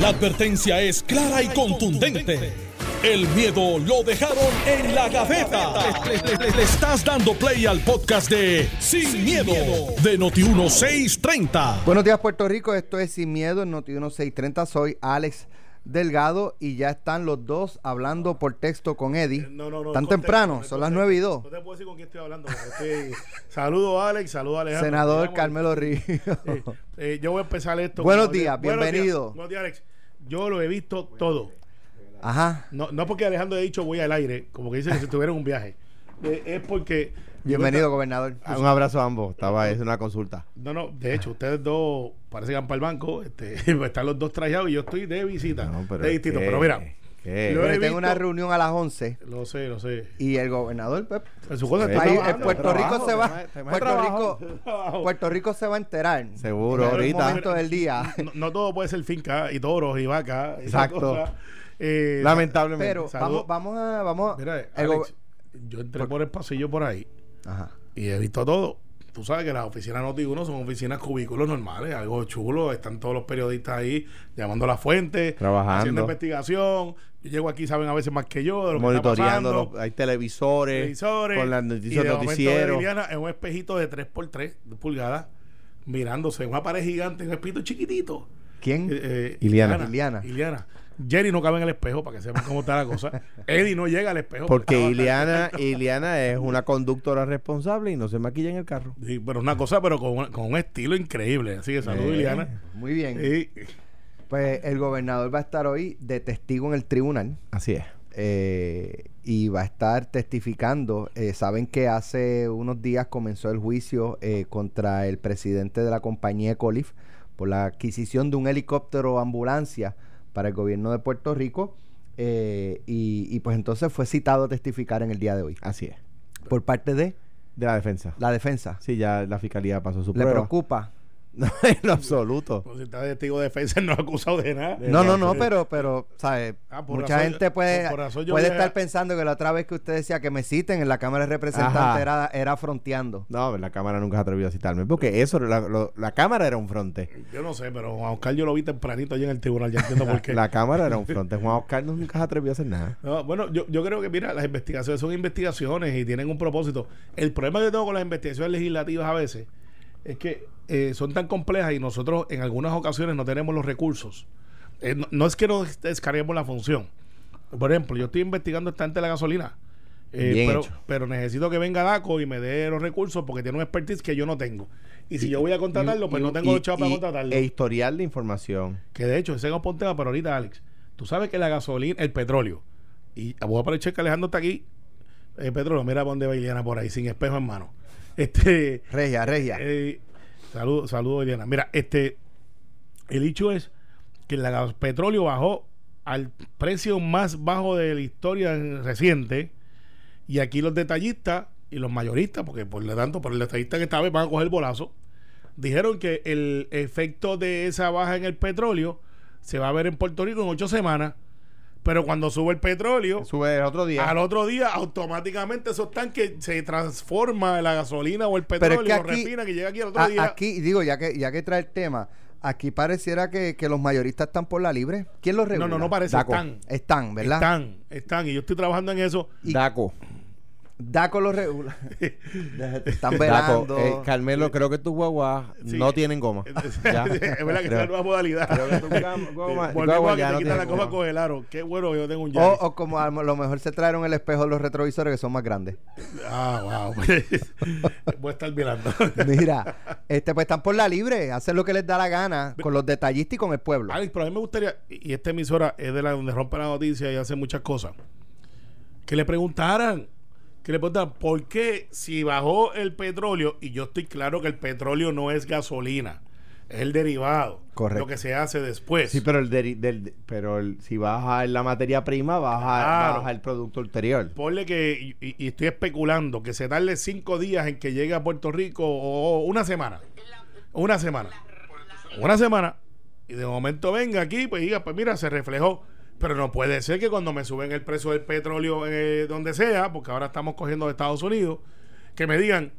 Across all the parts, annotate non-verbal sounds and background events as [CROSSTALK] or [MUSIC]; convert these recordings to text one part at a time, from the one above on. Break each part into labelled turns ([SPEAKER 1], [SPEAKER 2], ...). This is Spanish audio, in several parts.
[SPEAKER 1] La advertencia es clara y contundente. El miedo lo dejaron en la gaveta. Le, le- le- le estás dando play al podcast de Sin, miedo, de Noti1630.
[SPEAKER 2] Buenos días Puerto Rico, esto es Sin Miedo en Noti1630, soy Alex Delgado y ya están los dos hablando por texto con Eddie.
[SPEAKER 3] Eh, No, no, no.
[SPEAKER 2] Tan
[SPEAKER 3] contexto,
[SPEAKER 2] temprano,
[SPEAKER 3] no,
[SPEAKER 2] son las
[SPEAKER 3] contexto.
[SPEAKER 2] 9 y 2.
[SPEAKER 3] No te puedo decir con quién estoy hablando. porque estoy- [LAUGHS] Saludo a Alex, saludo a Alejandro.
[SPEAKER 2] Senador
[SPEAKER 3] Te llamo-
[SPEAKER 2] Carmelo Ríos.
[SPEAKER 3] Eh, eh, yo voy a empezar esto.
[SPEAKER 2] Buenos
[SPEAKER 3] Buenos
[SPEAKER 2] días,
[SPEAKER 3] buenos
[SPEAKER 2] bienvenido.
[SPEAKER 3] días, Buenos días, Alex. Yo lo he visto todo.
[SPEAKER 2] Ajá.
[SPEAKER 3] No, no porque Alejandro ha dicho voy al aire, como que dice que si tuviera un viaje. Eh, es porque.
[SPEAKER 2] Bienvenido, gobernador.
[SPEAKER 4] Ah, Un abrazo a ambos. Estaba, es una consulta.
[SPEAKER 3] No, no, de hecho, ustedes dos parece que van para el banco. Este, [LAUGHS] están los dos trajeados y yo estoy de visita.
[SPEAKER 4] No, pero
[SPEAKER 3] de
[SPEAKER 4] es
[SPEAKER 3] distinto.
[SPEAKER 4] que-
[SPEAKER 3] Pero mira,
[SPEAKER 4] que-
[SPEAKER 3] yo
[SPEAKER 2] Bueno,
[SPEAKER 3] he
[SPEAKER 2] tengo una
[SPEAKER 3] visto-
[SPEAKER 2] reunión a las 11
[SPEAKER 3] Lo sé, lo sé.
[SPEAKER 2] y el gobernador, pues,
[SPEAKER 3] En su cosa,
[SPEAKER 4] Sí.
[SPEAKER 3] estoy
[SPEAKER 2] ahí,
[SPEAKER 3] trabajando.
[SPEAKER 2] eh, Puerto
[SPEAKER 4] trabajo,
[SPEAKER 2] Rico se
[SPEAKER 4] tema
[SPEAKER 2] va,
[SPEAKER 4] de- tema
[SPEAKER 2] Puerto
[SPEAKER 4] de trabajo.
[SPEAKER 3] [LAUGHS]
[SPEAKER 2] Rico, Puerto Rico se va a enterar.
[SPEAKER 4] Seguro,
[SPEAKER 2] En algún
[SPEAKER 4] ahorita.
[SPEAKER 2] momento del día.
[SPEAKER 3] no, no todo puede ser finca y toros y vacas. y esas
[SPEAKER 4] Exacto.
[SPEAKER 3] cosas. Eh,
[SPEAKER 4] Lamentablemente.
[SPEAKER 2] Pero
[SPEAKER 3] Saludo.
[SPEAKER 2] vamos, vamos a, vamos. a-
[SPEAKER 3] Mira,
[SPEAKER 2] el
[SPEAKER 3] Alex,
[SPEAKER 2] go-
[SPEAKER 3] yo entré por el pasillo por ahí
[SPEAKER 2] Ajá.
[SPEAKER 3] y he visto todo. Tú sabes que las oficinas Noti 1 son oficinas cubículos normales, algo chulo. Están todos los periodistas ahí llamando a la fuente,
[SPEAKER 4] Trabajando.
[SPEAKER 3] haciendo investigación. Yo llego aquí, saben a veces más que yo, de lo que está
[SPEAKER 4] monitoreando.
[SPEAKER 3] pasando.
[SPEAKER 4] los- hay televisores.
[SPEAKER 3] televisores,
[SPEAKER 4] Con las
[SPEAKER 3] y
[SPEAKER 4] noticias,
[SPEAKER 3] de momento veo a
[SPEAKER 4] noticieros.
[SPEAKER 3] Liliana en un espejito de 3x3 pulgadas, mirándose en una pared gigante, en un espejito chiquitito.
[SPEAKER 2] ¿Quién?
[SPEAKER 3] Eh, eh,
[SPEAKER 4] Iliana.
[SPEAKER 2] Iliana.
[SPEAKER 3] Iliana. Jerry no cabe en el espejo para que sepan cómo está
[SPEAKER 2] [LAUGHS]
[SPEAKER 3] la cosa. Eddie no llega al espejo.
[SPEAKER 4] Porque
[SPEAKER 3] Está
[SPEAKER 4] Iliana, Iliana es una conductora responsable y no se maquilla en el carro.
[SPEAKER 3] bastante- Sí, pero una cosa, pero con, un- con un estilo increíble. Así que saludos, Eh,
[SPEAKER 4] Eh.
[SPEAKER 3] Iliana.
[SPEAKER 2] Muy bien.
[SPEAKER 3] Y-
[SPEAKER 2] Pues el gobernador va a estar hoy de testigo en el tribunal
[SPEAKER 4] Así es.
[SPEAKER 2] eh, y va a estar testificando. Eh, Saben que hace unos días comenzó el juicio eh, contra el presidente de la compañía Ecolif por la adquisición de un helicóptero ambulancia para el gobierno de Puerto Rico. eh, y, y pues entonces fue citado a testificar en el día de hoy
[SPEAKER 4] Así es.
[SPEAKER 2] por parte de
[SPEAKER 4] De la defensa.
[SPEAKER 2] la defensa.
[SPEAKER 4] Sí, ya la fiscalía pasó su
[SPEAKER 2] ¿Le
[SPEAKER 4] prueba.
[SPEAKER 2] preocupa?
[SPEAKER 4] [LAUGHS] No, en lo absoluto.
[SPEAKER 3] pues, si está de testigo de defensa, [LAUGHS] no ha acusado de nada.
[SPEAKER 4] Eh,
[SPEAKER 2] No, no, no, pero, pero, ¿sabes?
[SPEAKER 3] Ah, por
[SPEAKER 2] Mucha
[SPEAKER 3] razón-
[SPEAKER 2] gente puede,
[SPEAKER 3] por razón yo
[SPEAKER 2] puede
[SPEAKER 3] voy a-
[SPEAKER 2] estar pensando que la otra vez que usted decía que me citen en la Cámara de Representantes
[SPEAKER 4] Ajá.
[SPEAKER 2] era, era fronteando.
[SPEAKER 4] No, la cámara nunca se atrevió a citarme. Porque eso, la, lo- la cámara era un fronte.
[SPEAKER 3] Yo no sé, pero Juan Oscar yo lo vi tempranito allí en el tribunal. Ya entiendo
[SPEAKER 4] [LAUGHS]
[SPEAKER 3] por qué.
[SPEAKER 4] La cámara era un fronte. Juan Oscar nunca se atrevió a hacer nada.
[SPEAKER 3] No, bueno, yo, yo creo que, mira, las investigaciones son investigaciones y tienen un propósito. El problema que yo tengo con las investigaciones legislativas a veces es que eh, son tan complejas y nosotros en algunas ocasiones no tenemos los recursos. Eh, no, no es que nos descarguemos la función. Por ejemplo, yo estoy investigando esta gente de la gasolina. Eh,
[SPEAKER 4] Bien
[SPEAKER 3] pero,
[SPEAKER 4] hecho.
[SPEAKER 3] pero necesito que venga DACO y me dé los recursos porque tiene un expertise que yo no tengo. Y si yo voy a contratarlo, pues
[SPEAKER 4] Y-
[SPEAKER 3] no tengo
[SPEAKER 4] y-
[SPEAKER 3] los chavos para
[SPEAKER 4] y-
[SPEAKER 3] contratarlo.
[SPEAKER 4] E historial de información.
[SPEAKER 3] Que de hecho, ese es un tema, pero ahorita, Alex, tú sabes que la gasolina, el petróleo, y voy a aprovechar que Alejandro está aquí, el petróleo, mira para dónde va Ileana por ahí, sin espejo en mano. Este,
[SPEAKER 2] Regia, regia.
[SPEAKER 3] eh, saludo, saludo Ileana. Mira, este, el hecho es que la gas- petróleo bajó al precio más bajo de la historia reciente, y aquí los detallistas y los mayoristas, porque por lo tanto, por el detallista que esta vez van a coger bolazo, dijeron que el efecto de esa baja en el petróleo se va a ver en Puerto Rico en ocho semanas. Pero cuando sube el petróleo,
[SPEAKER 4] Sube el otro día.
[SPEAKER 3] al otro día automáticamente esos tanques se transforma en la gasolina o el
[SPEAKER 2] Pero es que
[SPEAKER 3] petróleo y lo
[SPEAKER 2] aquí-
[SPEAKER 3] refina que llega aquí al otro
[SPEAKER 2] A-
[SPEAKER 3] día.
[SPEAKER 2] aquí, digo, ya que, ya que trae el tema, aquí pareciera que, que los mayoristas están por la libre. ¿Quién los regula?
[SPEAKER 3] no, no parece,
[SPEAKER 2] Daco.
[SPEAKER 3] están.
[SPEAKER 2] Están, ¿verdad?
[SPEAKER 3] Están, están, y yo estoy trabajando
[SPEAKER 2] [LAUGHS]
[SPEAKER 3] en eso.
[SPEAKER 4] Daco.
[SPEAKER 2] Daco los
[SPEAKER 3] [LAUGHS]
[SPEAKER 2] regula. están
[SPEAKER 4] Daco.
[SPEAKER 2] velando.
[SPEAKER 4] Eh, Carmelo, creo que tus guaguas
[SPEAKER 3] Sí.
[SPEAKER 4] no tienen goma.
[SPEAKER 3] [LAUGHS] es
[SPEAKER 4] Ya.
[SPEAKER 3] verdad que es una
[SPEAKER 4] Creo-
[SPEAKER 3] nueva modalidad.
[SPEAKER 4] creo que tus
[SPEAKER 3] [LAUGHS]
[SPEAKER 4] gam- goma-
[SPEAKER 3] Volvemos
[SPEAKER 4] guaguas
[SPEAKER 3] a que
[SPEAKER 4] ya
[SPEAKER 3] te
[SPEAKER 4] no
[SPEAKER 3] quitan la
[SPEAKER 4] tienen
[SPEAKER 3] copa
[SPEAKER 4] goma.
[SPEAKER 3] con el aro. Qué bueno que yo tengo un
[SPEAKER 2] o,
[SPEAKER 3] Yaris.
[SPEAKER 2] o como a lo mejor se trajeron el espejo de los retrovisores que son más grandes.
[SPEAKER 3] Ah, wow. [LAUGHS] Voy a estar mirando.
[SPEAKER 2] Mira,
[SPEAKER 3] [LAUGHS]
[SPEAKER 2] este, pues están por la libre, hacen lo que les da la gana con los detallistas y con el pueblo.
[SPEAKER 3] Alex, pero a mí me gustaría, y y esta emisora es de la donde rompe la noticia y hace muchas cosas, que le preguntaran, que le preguntaran, ¿por qué si bajó el petróleo, y yo estoy claro que el petróleo no es gasolina, es el derivado,
[SPEAKER 2] Correcto.
[SPEAKER 3] lo que se hace después.
[SPEAKER 4] Sí, pero, el deri- del- pero el- si baja la materia prima, baja,
[SPEAKER 3] Claro.
[SPEAKER 4] baja el producto ulterior.
[SPEAKER 3] Ponle que, y, y estoy especulando, que se tarde cinco días en que llegue a Puerto Rico o, o una semana. Una semana. Una semana. Y de momento venga aquí, pues diga, pues mira, se reflejó. Pero no puede ser que cuando me suben el precio del petróleo eh, donde sea, porque ahora estamos cogiendo de Estados Unidos, que me digan,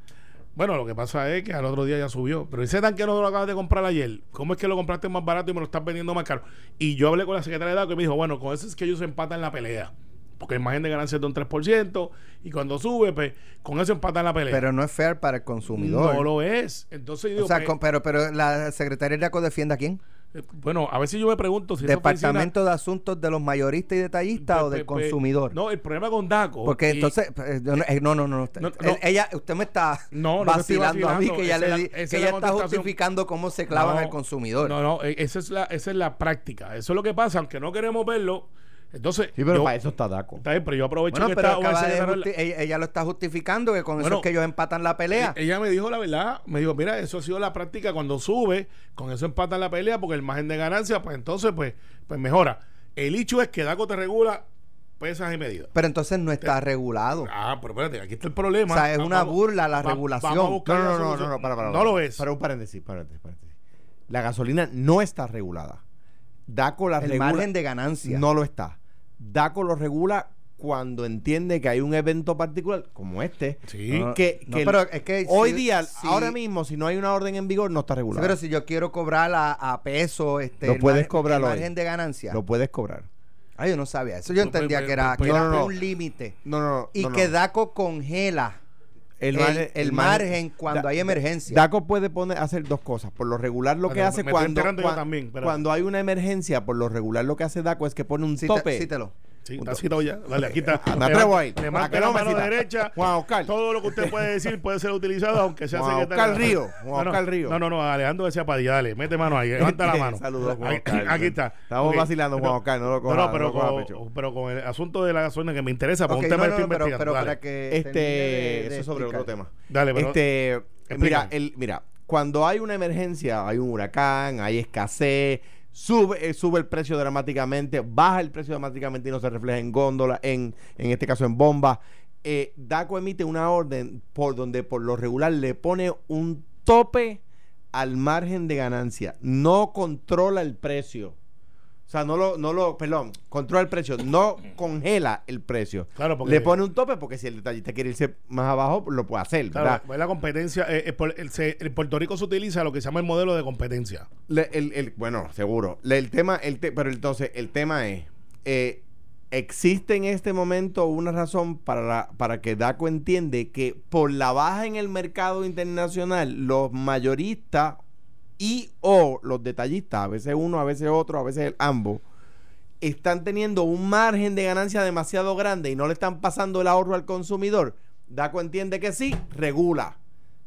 [SPEAKER 3] Bueno, lo que pasa es que al otro día ya subió. Pero ese tanque no lo acabas de comprar ayer. ¿Cómo es que lo compraste más barato y me lo estás vendiendo más caro? Y yo hablé con la secretaria de Edad que me dijo, bueno, con eso es que ellos empatan la pelea. Porque el margen de ganancia es de un 3%. Y cuando sube, pues, con eso empatan la pelea.
[SPEAKER 2] Pero no es fair para el consumidor.
[SPEAKER 3] no lo es. Entonces yo digo,
[SPEAKER 2] o sea,
[SPEAKER 3] pues,
[SPEAKER 2] con- pero, pero la Secretaría de ACO defiende a quién?
[SPEAKER 3] eh, bueno, a veces yo me pregunto si esa
[SPEAKER 2] ¿Departamento de Asuntos de los Mayoristas y Detallistas
[SPEAKER 3] oficina-
[SPEAKER 2] o del
[SPEAKER 3] pues, pues,
[SPEAKER 2] consumidor?
[SPEAKER 3] No, el problema con DACO.
[SPEAKER 2] Porque
[SPEAKER 3] y-
[SPEAKER 2] entonces, eh, yo no, eh, no, no, no, usted-
[SPEAKER 3] No,
[SPEAKER 2] él-
[SPEAKER 3] no.
[SPEAKER 2] ella, usted me está
[SPEAKER 3] No, no te estoy
[SPEAKER 2] vacilando a mí
[SPEAKER 3] vacilando.
[SPEAKER 2] que ya
[SPEAKER 3] Esa
[SPEAKER 2] le
[SPEAKER 3] es
[SPEAKER 2] di-
[SPEAKER 3] la- esa es
[SPEAKER 2] que
[SPEAKER 3] la
[SPEAKER 2] ella está
[SPEAKER 3] contestación.
[SPEAKER 2] justificando cómo se clavan
[SPEAKER 3] No,
[SPEAKER 2] al consumidor.
[SPEAKER 3] No, no, eh, esa es, la, esa es la práctica. Eso es lo que pasa, aunque no queremos verlo. Entonces,
[SPEAKER 4] Sí, pero
[SPEAKER 3] yo-
[SPEAKER 4] para eso está Daco.
[SPEAKER 3] Está bien, pero yo aprovecho
[SPEAKER 2] bueno,
[SPEAKER 3] que
[SPEAKER 2] pero
[SPEAKER 3] está
[SPEAKER 2] acaba
[SPEAKER 3] OS
[SPEAKER 2] de
[SPEAKER 3] ganó la-
[SPEAKER 2] justi- ella, ella lo está justificando que con eso
[SPEAKER 3] Bueno,
[SPEAKER 2] es que ellos empatan la pelea.
[SPEAKER 3] Eh, Ella me dijo la verdad, me dijo, mira, eso ha sido la práctica cuando sube, con eso empatan la pelea porque el margen de ganancia, pues entonces, pues, pues mejora. El hecho es que Daco te regula pesas y medidas.
[SPEAKER 2] pero entonces no está regulado.
[SPEAKER 3] eh, Ah, pero espérate, aquí está el problema.
[SPEAKER 2] O sea, es
[SPEAKER 3] Va-
[SPEAKER 2] una burla la
[SPEAKER 3] va-
[SPEAKER 2] regulación.
[SPEAKER 3] vamos a buscar
[SPEAKER 4] No, no,
[SPEAKER 3] la
[SPEAKER 4] no, no,
[SPEAKER 3] solución.
[SPEAKER 4] no, para, para.
[SPEAKER 3] No lo es.
[SPEAKER 4] Para un paréntesis, paréntesis, paréntesis. La gasolina no está regulada. DACO la
[SPEAKER 2] el
[SPEAKER 4] regula.
[SPEAKER 2] margen de ganancia.
[SPEAKER 4] No lo está. DACO lo regula cuando entiende que hay un evento particular como este.
[SPEAKER 3] Sí.
[SPEAKER 2] No, no,
[SPEAKER 4] Que,
[SPEAKER 2] no,
[SPEAKER 4] que
[SPEAKER 2] pero
[SPEAKER 4] el-
[SPEAKER 2] es que
[SPEAKER 4] hoy
[SPEAKER 2] sí-
[SPEAKER 4] día,
[SPEAKER 2] sí.
[SPEAKER 4] ahora mismo, si no hay una orden en vigor, no está
[SPEAKER 2] Sí,
[SPEAKER 4] regulada.
[SPEAKER 2] pero si yo quiero cobrar a, a peso, este,
[SPEAKER 4] Lo
[SPEAKER 2] el
[SPEAKER 4] puedes
[SPEAKER 2] margen-
[SPEAKER 4] cobrar
[SPEAKER 2] el
[SPEAKER 4] hoy.
[SPEAKER 2] margen de ganancia.
[SPEAKER 4] Lo puedes cobrar.
[SPEAKER 2] Ay, yo no sabía eso. Yo
[SPEAKER 3] Pues,
[SPEAKER 2] entendía
[SPEAKER 3] pues,
[SPEAKER 2] que era,
[SPEAKER 3] pues,
[SPEAKER 2] que
[SPEAKER 4] no,
[SPEAKER 2] era
[SPEAKER 4] no, no.
[SPEAKER 2] un límite.
[SPEAKER 4] No, no, no.
[SPEAKER 2] Y
[SPEAKER 4] no, no.
[SPEAKER 2] que DACO congela el, el margen cuando
[SPEAKER 4] Da-
[SPEAKER 2] hay emergencia.
[SPEAKER 4] DACO puede poner, hacer dos cosas. Por lo regular lo que
[SPEAKER 3] Espérate,
[SPEAKER 4] hace
[SPEAKER 3] Ah, me estoy
[SPEAKER 4] cuando,
[SPEAKER 3] enterando yo
[SPEAKER 4] cuan-
[SPEAKER 3] también, espérate.
[SPEAKER 4] cuando hay una emergencia, por lo regular lo que hace DACO es que pone un
[SPEAKER 2] Sí,
[SPEAKER 4] tope.
[SPEAKER 2] te- sí te lo-
[SPEAKER 3] Sí, está citado ya. Dale, aquí está.
[SPEAKER 4] [LAUGHS] Ah, me atrevo a ir.
[SPEAKER 3] Le
[SPEAKER 4] ¿A
[SPEAKER 3] marca
[SPEAKER 4] qué
[SPEAKER 3] la
[SPEAKER 4] no me
[SPEAKER 3] mano
[SPEAKER 4] cita?
[SPEAKER 3] derecha.
[SPEAKER 4] Juan Oscar.
[SPEAKER 3] Todo lo que usted
[SPEAKER 4] [LAUGHS]
[SPEAKER 3] puede decir puede ser utilizado, aunque sea
[SPEAKER 4] Juan
[SPEAKER 3] secretario.
[SPEAKER 4] Oscar Río, Juan
[SPEAKER 3] No, no,
[SPEAKER 4] Oscar Río.
[SPEAKER 3] No, no, no, Alejandro decía Padilla, dale, mete mano ahí, levanta
[SPEAKER 4] [LAUGHS]
[SPEAKER 3] la mano.
[SPEAKER 4] Saludos, Juan
[SPEAKER 3] Ahí-
[SPEAKER 4] Oscar.
[SPEAKER 3] Aquí está.
[SPEAKER 4] Estamos
[SPEAKER 3] Ok.
[SPEAKER 4] vacilando, Juan Oscar, no lo coja-
[SPEAKER 3] No,
[SPEAKER 4] no
[SPEAKER 3] pero,
[SPEAKER 4] lo coja a
[SPEAKER 3] con,
[SPEAKER 4] pecho.
[SPEAKER 3] pero con el asunto de la gasolina que me interesa,
[SPEAKER 2] Ok,
[SPEAKER 3] porque un
[SPEAKER 2] no,
[SPEAKER 3] tema
[SPEAKER 2] no,
[SPEAKER 3] que estoy
[SPEAKER 2] no, pero,
[SPEAKER 3] investigando.
[SPEAKER 2] pero
[SPEAKER 3] dale.
[SPEAKER 2] para que
[SPEAKER 4] Este,
[SPEAKER 2] termine de- de
[SPEAKER 4] eso sobre otro
[SPEAKER 2] explicar.
[SPEAKER 4] tema.
[SPEAKER 3] Dale, pero-
[SPEAKER 4] Este,
[SPEAKER 3] Explícame.
[SPEAKER 4] mira, el, mira, cuando hay una emergencia, hay un huracán, hay escasez, sube, eh, sube el precio dramáticamente, baja el precio dramáticamente y no se refleja en góndola, en, en este caso en bombas. Eh, DACO emite una orden por donde por lo regular le pone un tope al margen de ganancia. No controla el precio. O sea, no lo, no lo, perdón, controla el precio, no congela el precio.
[SPEAKER 3] Claro, porque-
[SPEAKER 4] Le pone un tope porque si el detallista quiere irse más abajo, lo puede hacer,
[SPEAKER 3] Claro,
[SPEAKER 4] ¿verdad?
[SPEAKER 3] pues la competencia. eh, eh, por- el, se- el Puerto Rico se utiliza lo que se llama el modelo de competencia.
[SPEAKER 4] Le- el- el- bueno, seguro. Le- el tema, el te- pero entonces, el tema es, eh, ¿existe en este momento una razón para, la- para que DACO entiende que por la baja en el mercado internacional, los mayoristas y o los detallistas, a veces uno, a veces otro, a veces el- ambos, están teniendo un margen de ganancia demasiado grande y no le están pasando el ahorro al consumidor, DACO entiende que sí, regula.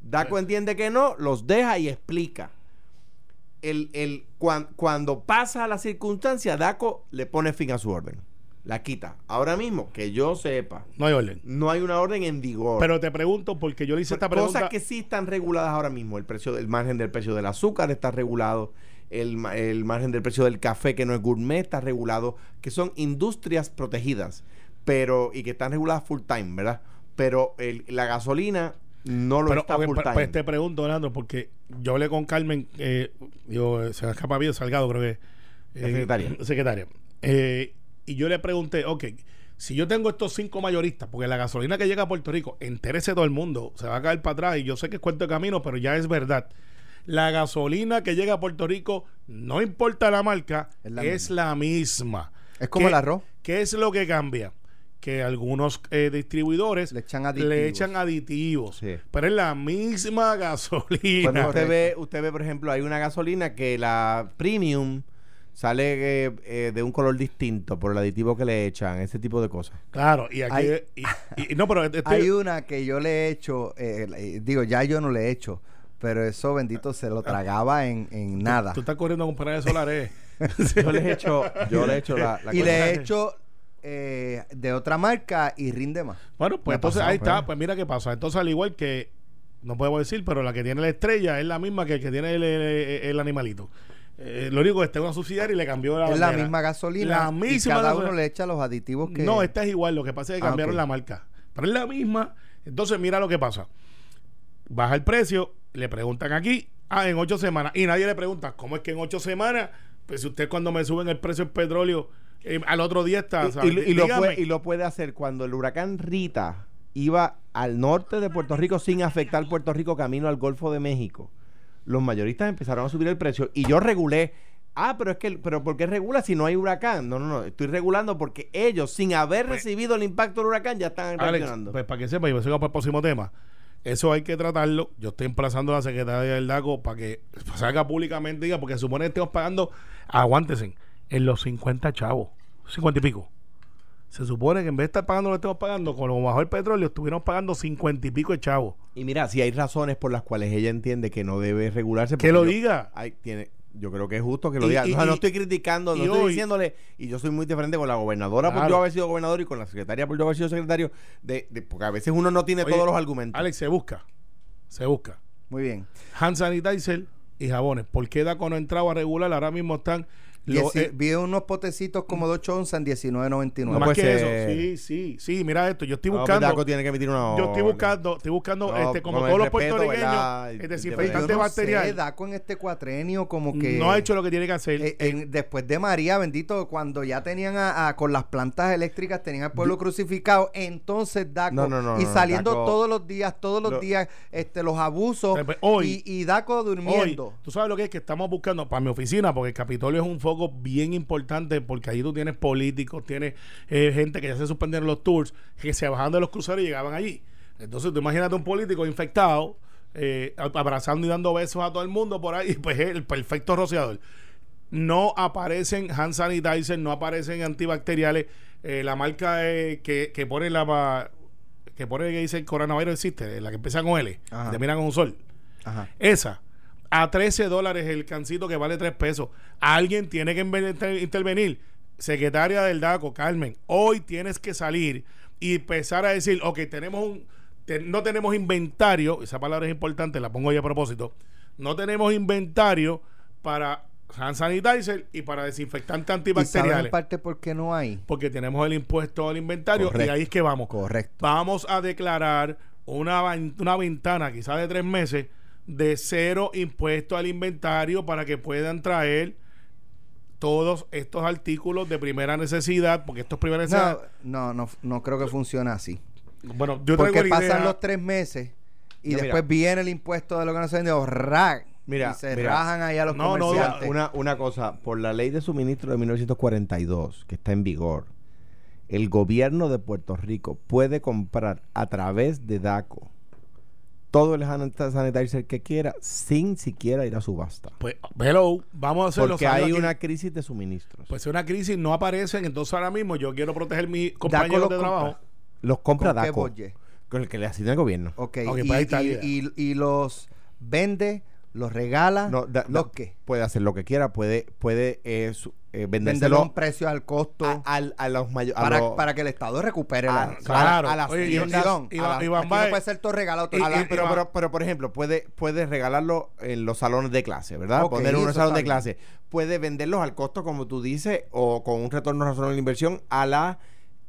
[SPEAKER 4] DACO entiende que no, los deja y explica. El, el, cuan- cuando pasa la circunstancia, DACO le pone fin a su orden. La quita. Ahora mismo, que yo sepa,
[SPEAKER 3] No hay orden.
[SPEAKER 4] no hay una orden en vigor.
[SPEAKER 3] Pero te pregunto, porque yo le hice esta pregunta.
[SPEAKER 4] Cosas que sí están reguladas ahora mismo. El precio del margen del precio del azúcar está regulado. El, ma- el margen del precio del café, que no es gourmet, está regulado. Que son industrias protegidas. Pero, y que están reguladas full time, ¿verdad? Pero el- la gasolina no lo
[SPEAKER 3] Pero,
[SPEAKER 4] está
[SPEAKER 3] ok,
[SPEAKER 4] full
[SPEAKER 3] pues,
[SPEAKER 4] time.
[SPEAKER 3] pues te pregunto, Leandro, porque yo hablé con Carmen, eh, digo, eh, se me escapa bien Salgado, creo que. eh,
[SPEAKER 4] La secretaria.
[SPEAKER 3] secretaria. Eh, y yo le pregunté, ok, si yo tengo estos cinco mayoristas, porque la gasolina que llega a Puerto Rico, entérese todo el mundo, se va a caer para atrás, y yo sé que es cuento de camino, pero ya es verdad. La gasolina que llega a Puerto Rico, no importa la marca,
[SPEAKER 2] Es la
[SPEAKER 3] es la misma.
[SPEAKER 2] Es como
[SPEAKER 3] ¿Qué-
[SPEAKER 2] el arroz.
[SPEAKER 3] ¿Qué es lo que cambia? Que algunos eh, distribuidores
[SPEAKER 2] Le echan aditivos.
[SPEAKER 3] le echan aditivos.
[SPEAKER 4] Sí.
[SPEAKER 3] Pero es la misma [LAUGHS]
[SPEAKER 2] Pues
[SPEAKER 3] gasolina.
[SPEAKER 4] Cuando usted ve, usted ve, por ejemplo, hay una gasolina que la premium sale eh, eh, de un color distinto por el aditivo que le echan, ese tipo de cosas.
[SPEAKER 3] claro, y aquí.
[SPEAKER 2] Hay-
[SPEAKER 3] y- y- no, pero este-
[SPEAKER 2] Hay una que yo le he hecho, eh, eh, digo, ya yo no le he hecho, pero eso bendito se lo tragaba en, en nada.
[SPEAKER 3] tú estás corriendo a comprar de
[SPEAKER 2] [LAUGHS]
[SPEAKER 3] solares.
[SPEAKER 4] Yo les he hecho, yo les he hecho la, [LAUGHS] la
[SPEAKER 2] y
[SPEAKER 4] cosa.
[SPEAKER 2] le he hecho eh, de otra marca y rinde más.
[SPEAKER 3] bueno,
[SPEAKER 2] Me
[SPEAKER 3] pues
[SPEAKER 2] ha
[SPEAKER 3] entonces
[SPEAKER 2] pasado,
[SPEAKER 3] ahí está.
[SPEAKER 2] pero-
[SPEAKER 3] Pues mira qué pasa. Entonces, al igual que. No podemos decir, pero la que tiene la estrella es la misma que el que tiene el, el- el animalito. Eh, lo único que está en una subsidiaria y le cambió la
[SPEAKER 2] es la
[SPEAKER 3] bandera.
[SPEAKER 2] misma gasolina.
[SPEAKER 3] La
[SPEAKER 2] y
[SPEAKER 3] misma
[SPEAKER 2] cada
[SPEAKER 3] gasolina.
[SPEAKER 2] uno le echa los aditivos que.
[SPEAKER 3] No, este esta es igual. Lo que pasa es que
[SPEAKER 2] Ah,
[SPEAKER 3] cambiaron
[SPEAKER 2] ok.
[SPEAKER 3] la marca. Pero es la misma. Entonces, mira lo que pasa. Baja el precio, le preguntan aquí, ah, en ocho semanas. Y nadie le pregunta, ¿cómo es que en ocho semanas? Pues si usted cuando me suben el precio del petróleo, eh, al otro día está,
[SPEAKER 4] Y-
[SPEAKER 3] ¿sabes?
[SPEAKER 4] y, y lo
[SPEAKER 3] Dígame.
[SPEAKER 4] puede, y lo puede hacer cuando el huracán Rita iba al norte de Puerto Rico sin afectar Puerto Rico camino al Golfo de México. Los mayoristas empezaron a subir el precio y yo regulé. Ah, pero es que, pero ¿por qué regula si no hay huracán? No, no, no, estoy regulando porque ellos, sin haber recibido el impacto del huracán, ya están
[SPEAKER 3] Pues Alex,
[SPEAKER 4] reaccionando.
[SPEAKER 3] pues para que sepa, y eso va para el próximo tema. Eso hay que tratarlo. Yo estoy emplazando a la secretaria del DACO para que salga públicamente y diga, porque supone que estemos pagando, aguántense, en los 50 chavos, 50 y pico. Se supone que en vez de estar pagando lo que estemos pagando, con lo bajo el petróleo, estuvieron pagando 50 y pico de chavos.
[SPEAKER 4] Y mira, si hay razones por las cuales ella entiende que no debe regularse.
[SPEAKER 3] Que
[SPEAKER 4] porque
[SPEAKER 3] lo
[SPEAKER 4] yo-
[SPEAKER 3] diga.
[SPEAKER 4] Ay, tiene, yo creo que es justo que lo
[SPEAKER 3] Y-
[SPEAKER 4] diga.
[SPEAKER 3] y-
[SPEAKER 4] O sea, no
[SPEAKER 3] y-
[SPEAKER 4] estoy criticando, no
[SPEAKER 3] y
[SPEAKER 4] estoy
[SPEAKER 3] hoy-
[SPEAKER 4] diciéndole. Y yo soy muy diferente con la gobernadora por
[SPEAKER 3] Claro.
[SPEAKER 4] yo haber sido gobernador y con la secretaria por yo haber sido secretario. De, de- porque a veces uno no tiene
[SPEAKER 3] Oye,
[SPEAKER 4] todos los argumentos.
[SPEAKER 3] Alex, se busca. Se busca.
[SPEAKER 2] Muy bien.
[SPEAKER 3] Hand sanitizer y jabones. ¿Por qué DACO no entraba a regular? Ahora mismo están... los-
[SPEAKER 2] Dieci-
[SPEAKER 3] eh,
[SPEAKER 2] vi unos potecitos como de 8 onzas en 19.99.
[SPEAKER 3] no
[SPEAKER 4] no
[SPEAKER 3] más
[SPEAKER 4] puede
[SPEAKER 3] que
[SPEAKER 4] ser.
[SPEAKER 3] eso. Sí, sí, sí. Mira esto. Yo estoy
[SPEAKER 4] No, pues,
[SPEAKER 3] buscando...
[SPEAKER 4] Daco tiene que emitir una
[SPEAKER 3] Yo estoy
[SPEAKER 4] orden.
[SPEAKER 3] buscando, estoy buscando
[SPEAKER 4] No,
[SPEAKER 3] este, como
[SPEAKER 4] con el
[SPEAKER 3] todos los
[SPEAKER 4] respeto,
[SPEAKER 3] puertorriqueños, este,
[SPEAKER 4] ¿verdad?
[SPEAKER 3] el
[SPEAKER 4] Yo
[SPEAKER 2] Pero
[SPEAKER 3] desinfectante
[SPEAKER 2] yo no sé,
[SPEAKER 3] bacterial.
[SPEAKER 2] Daco en este cuatrenio como que...
[SPEAKER 3] no ha hecho lo que tiene que hacer.
[SPEAKER 2] Eh, en- después de María, bendito, cuando ya tenían a, a- con las plantas eléctricas, tenían al pueblo crucificado, entonces Daco,
[SPEAKER 4] No, no, no,
[SPEAKER 2] y
[SPEAKER 4] no,
[SPEAKER 2] saliendo
[SPEAKER 4] Daco-
[SPEAKER 2] todos los días, todos los
[SPEAKER 4] Lo-
[SPEAKER 2] días, este los abusos,
[SPEAKER 3] Eh, pues, hoy-
[SPEAKER 2] y, y Daco
[SPEAKER 3] Hoy,
[SPEAKER 2] durmiendo.
[SPEAKER 3] tú sabes lo que es que estamos buscando para mi oficina, porque el Capitolio es un foco bien importante, porque allí tú tienes políticos, tienes eh, gente que ya se suspendieron los tours, que se bajaban de los cruceros y llegaban allí. Entonces tú imagínate un político infectado, eh, a- abrazando y dando besos a todo el mundo por ahí, [LAUGHS] pues es el perfecto rociador. No aparecen hand sanitizer, no aparecen antibacteriales. eh, la marca eh, que, que pone la ma- que pone que dice el coronavirus existe, la que empieza con L,
[SPEAKER 2] Ajá.
[SPEAKER 3] que termina con un sol.
[SPEAKER 2] Ajá.
[SPEAKER 3] Esa, a 13 dólares el cancito que vale 3 pesos. Alguien tiene que inven- inter- intervenir. Secretaria del DACO, Carmen, hoy tienes que salir y empezar a decir, ok, tenemos un, te- no tenemos inventario, esa palabra es importante, la pongo ahí a propósito, no tenemos inventario para hand sanitizer y para desinfectantes
[SPEAKER 2] Y sabes en
[SPEAKER 3] antibacteriales.
[SPEAKER 2] parte por qué no hay.
[SPEAKER 3] Porque tenemos el impuesto al inventario y
[SPEAKER 2] Correcto.
[SPEAKER 3] ahí es que vamos
[SPEAKER 2] Correcto.
[SPEAKER 3] vamos a declarar una, van- una ventana, quizás de tres meses, de cero impuesto al inventario para que puedan traer todos estos artículos de primera necesidad, porque estos primeros
[SPEAKER 2] No, no, no, no creo que funcione así.
[SPEAKER 3] Bueno, yo
[SPEAKER 2] Porque
[SPEAKER 3] traigo la
[SPEAKER 2] pasan
[SPEAKER 3] idea.
[SPEAKER 2] los tres meses y
[SPEAKER 4] No, mira.
[SPEAKER 2] después viene el impuesto de lo que no se vendió, ¡rac!
[SPEAKER 4] Mira,
[SPEAKER 2] y se
[SPEAKER 4] mira.
[SPEAKER 2] rajan ahí a los
[SPEAKER 3] No, no,
[SPEAKER 2] comerciantes.
[SPEAKER 4] Una, una cosa, por la ley de suministro de 1942, que está en vigor, el gobierno de Puerto Rico puede comprar a través de DACO todo el hand sanitizer que quiera sin siquiera ir a subasta.
[SPEAKER 3] Pues, hello, vamos a hacer los
[SPEAKER 4] Porque
[SPEAKER 3] años
[SPEAKER 4] hay
[SPEAKER 3] aquí.
[SPEAKER 4] una crisis de suministros.
[SPEAKER 3] Pues si una crisis no aparecen, entonces ahora mismo yo quiero proteger mis
[SPEAKER 2] los
[SPEAKER 3] compañeros de trabajo.
[SPEAKER 2] compra.
[SPEAKER 4] los compra
[SPEAKER 2] ¿Con qué
[SPEAKER 4] DACO.
[SPEAKER 2] bolle? Oh,
[SPEAKER 4] Con el que le asigna el gobierno.
[SPEAKER 2] Ok,
[SPEAKER 3] Ok,
[SPEAKER 2] y,
[SPEAKER 3] pues ahí está la
[SPEAKER 2] y-
[SPEAKER 3] idea.
[SPEAKER 2] y- y los vende, los regala,
[SPEAKER 4] No, da-
[SPEAKER 2] los
[SPEAKER 4] da-
[SPEAKER 2] que
[SPEAKER 4] Puede hacer lo que quiera, puede, puede eh, su- eh,
[SPEAKER 2] venden a
[SPEAKER 4] vendérselo
[SPEAKER 2] un precio al costo
[SPEAKER 4] a, al- a los mayores.
[SPEAKER 2] para, para que el Estado recupere
[SPEAKER 4] a-
[SPEAKER 2] la,
[SPEAKER 4] a-
[SPEAKER 3] Ah, Claro.
[SPEAKER 4] a las
[SPEAKER 3] Oye,
[SPEAKER 2] y-
[SPEAKER 3] Iván-
[SPEAKER 2] perdón,
[SPEAKER 3] Iván-
[SPEAKER 2] a la-
[SPEAKER 3] Iván
[SPEAKER 2] aquí
[SPEAKER 3] Baez-
[SPEAKER 2] no puede ser todo regalado. todo
[SPEAKER 3] y-
[SPEAKER 4] A la-
[SPEAKER 2] regalado.
[SPEAKER 4] pero,
[SPEAKER 3] va-
[SPEAKER 4] pero, pero, por ejemplo, puede, puede regalarlo en los salones de clase, ¿verdad?
[SPEAKER 2] Ok,
[SPEAKER 4] Poner uno en
[SPEAKER 2] eso
[SPEAKER 4] el salón
[SPEAKER 2] está
[SPEAKER 4] de
[SPEAKER 2] bien.
[SPEAKER 4] clase. Puede venderlos al costo, como tú dices, o con un retorno razonable de inversión a la,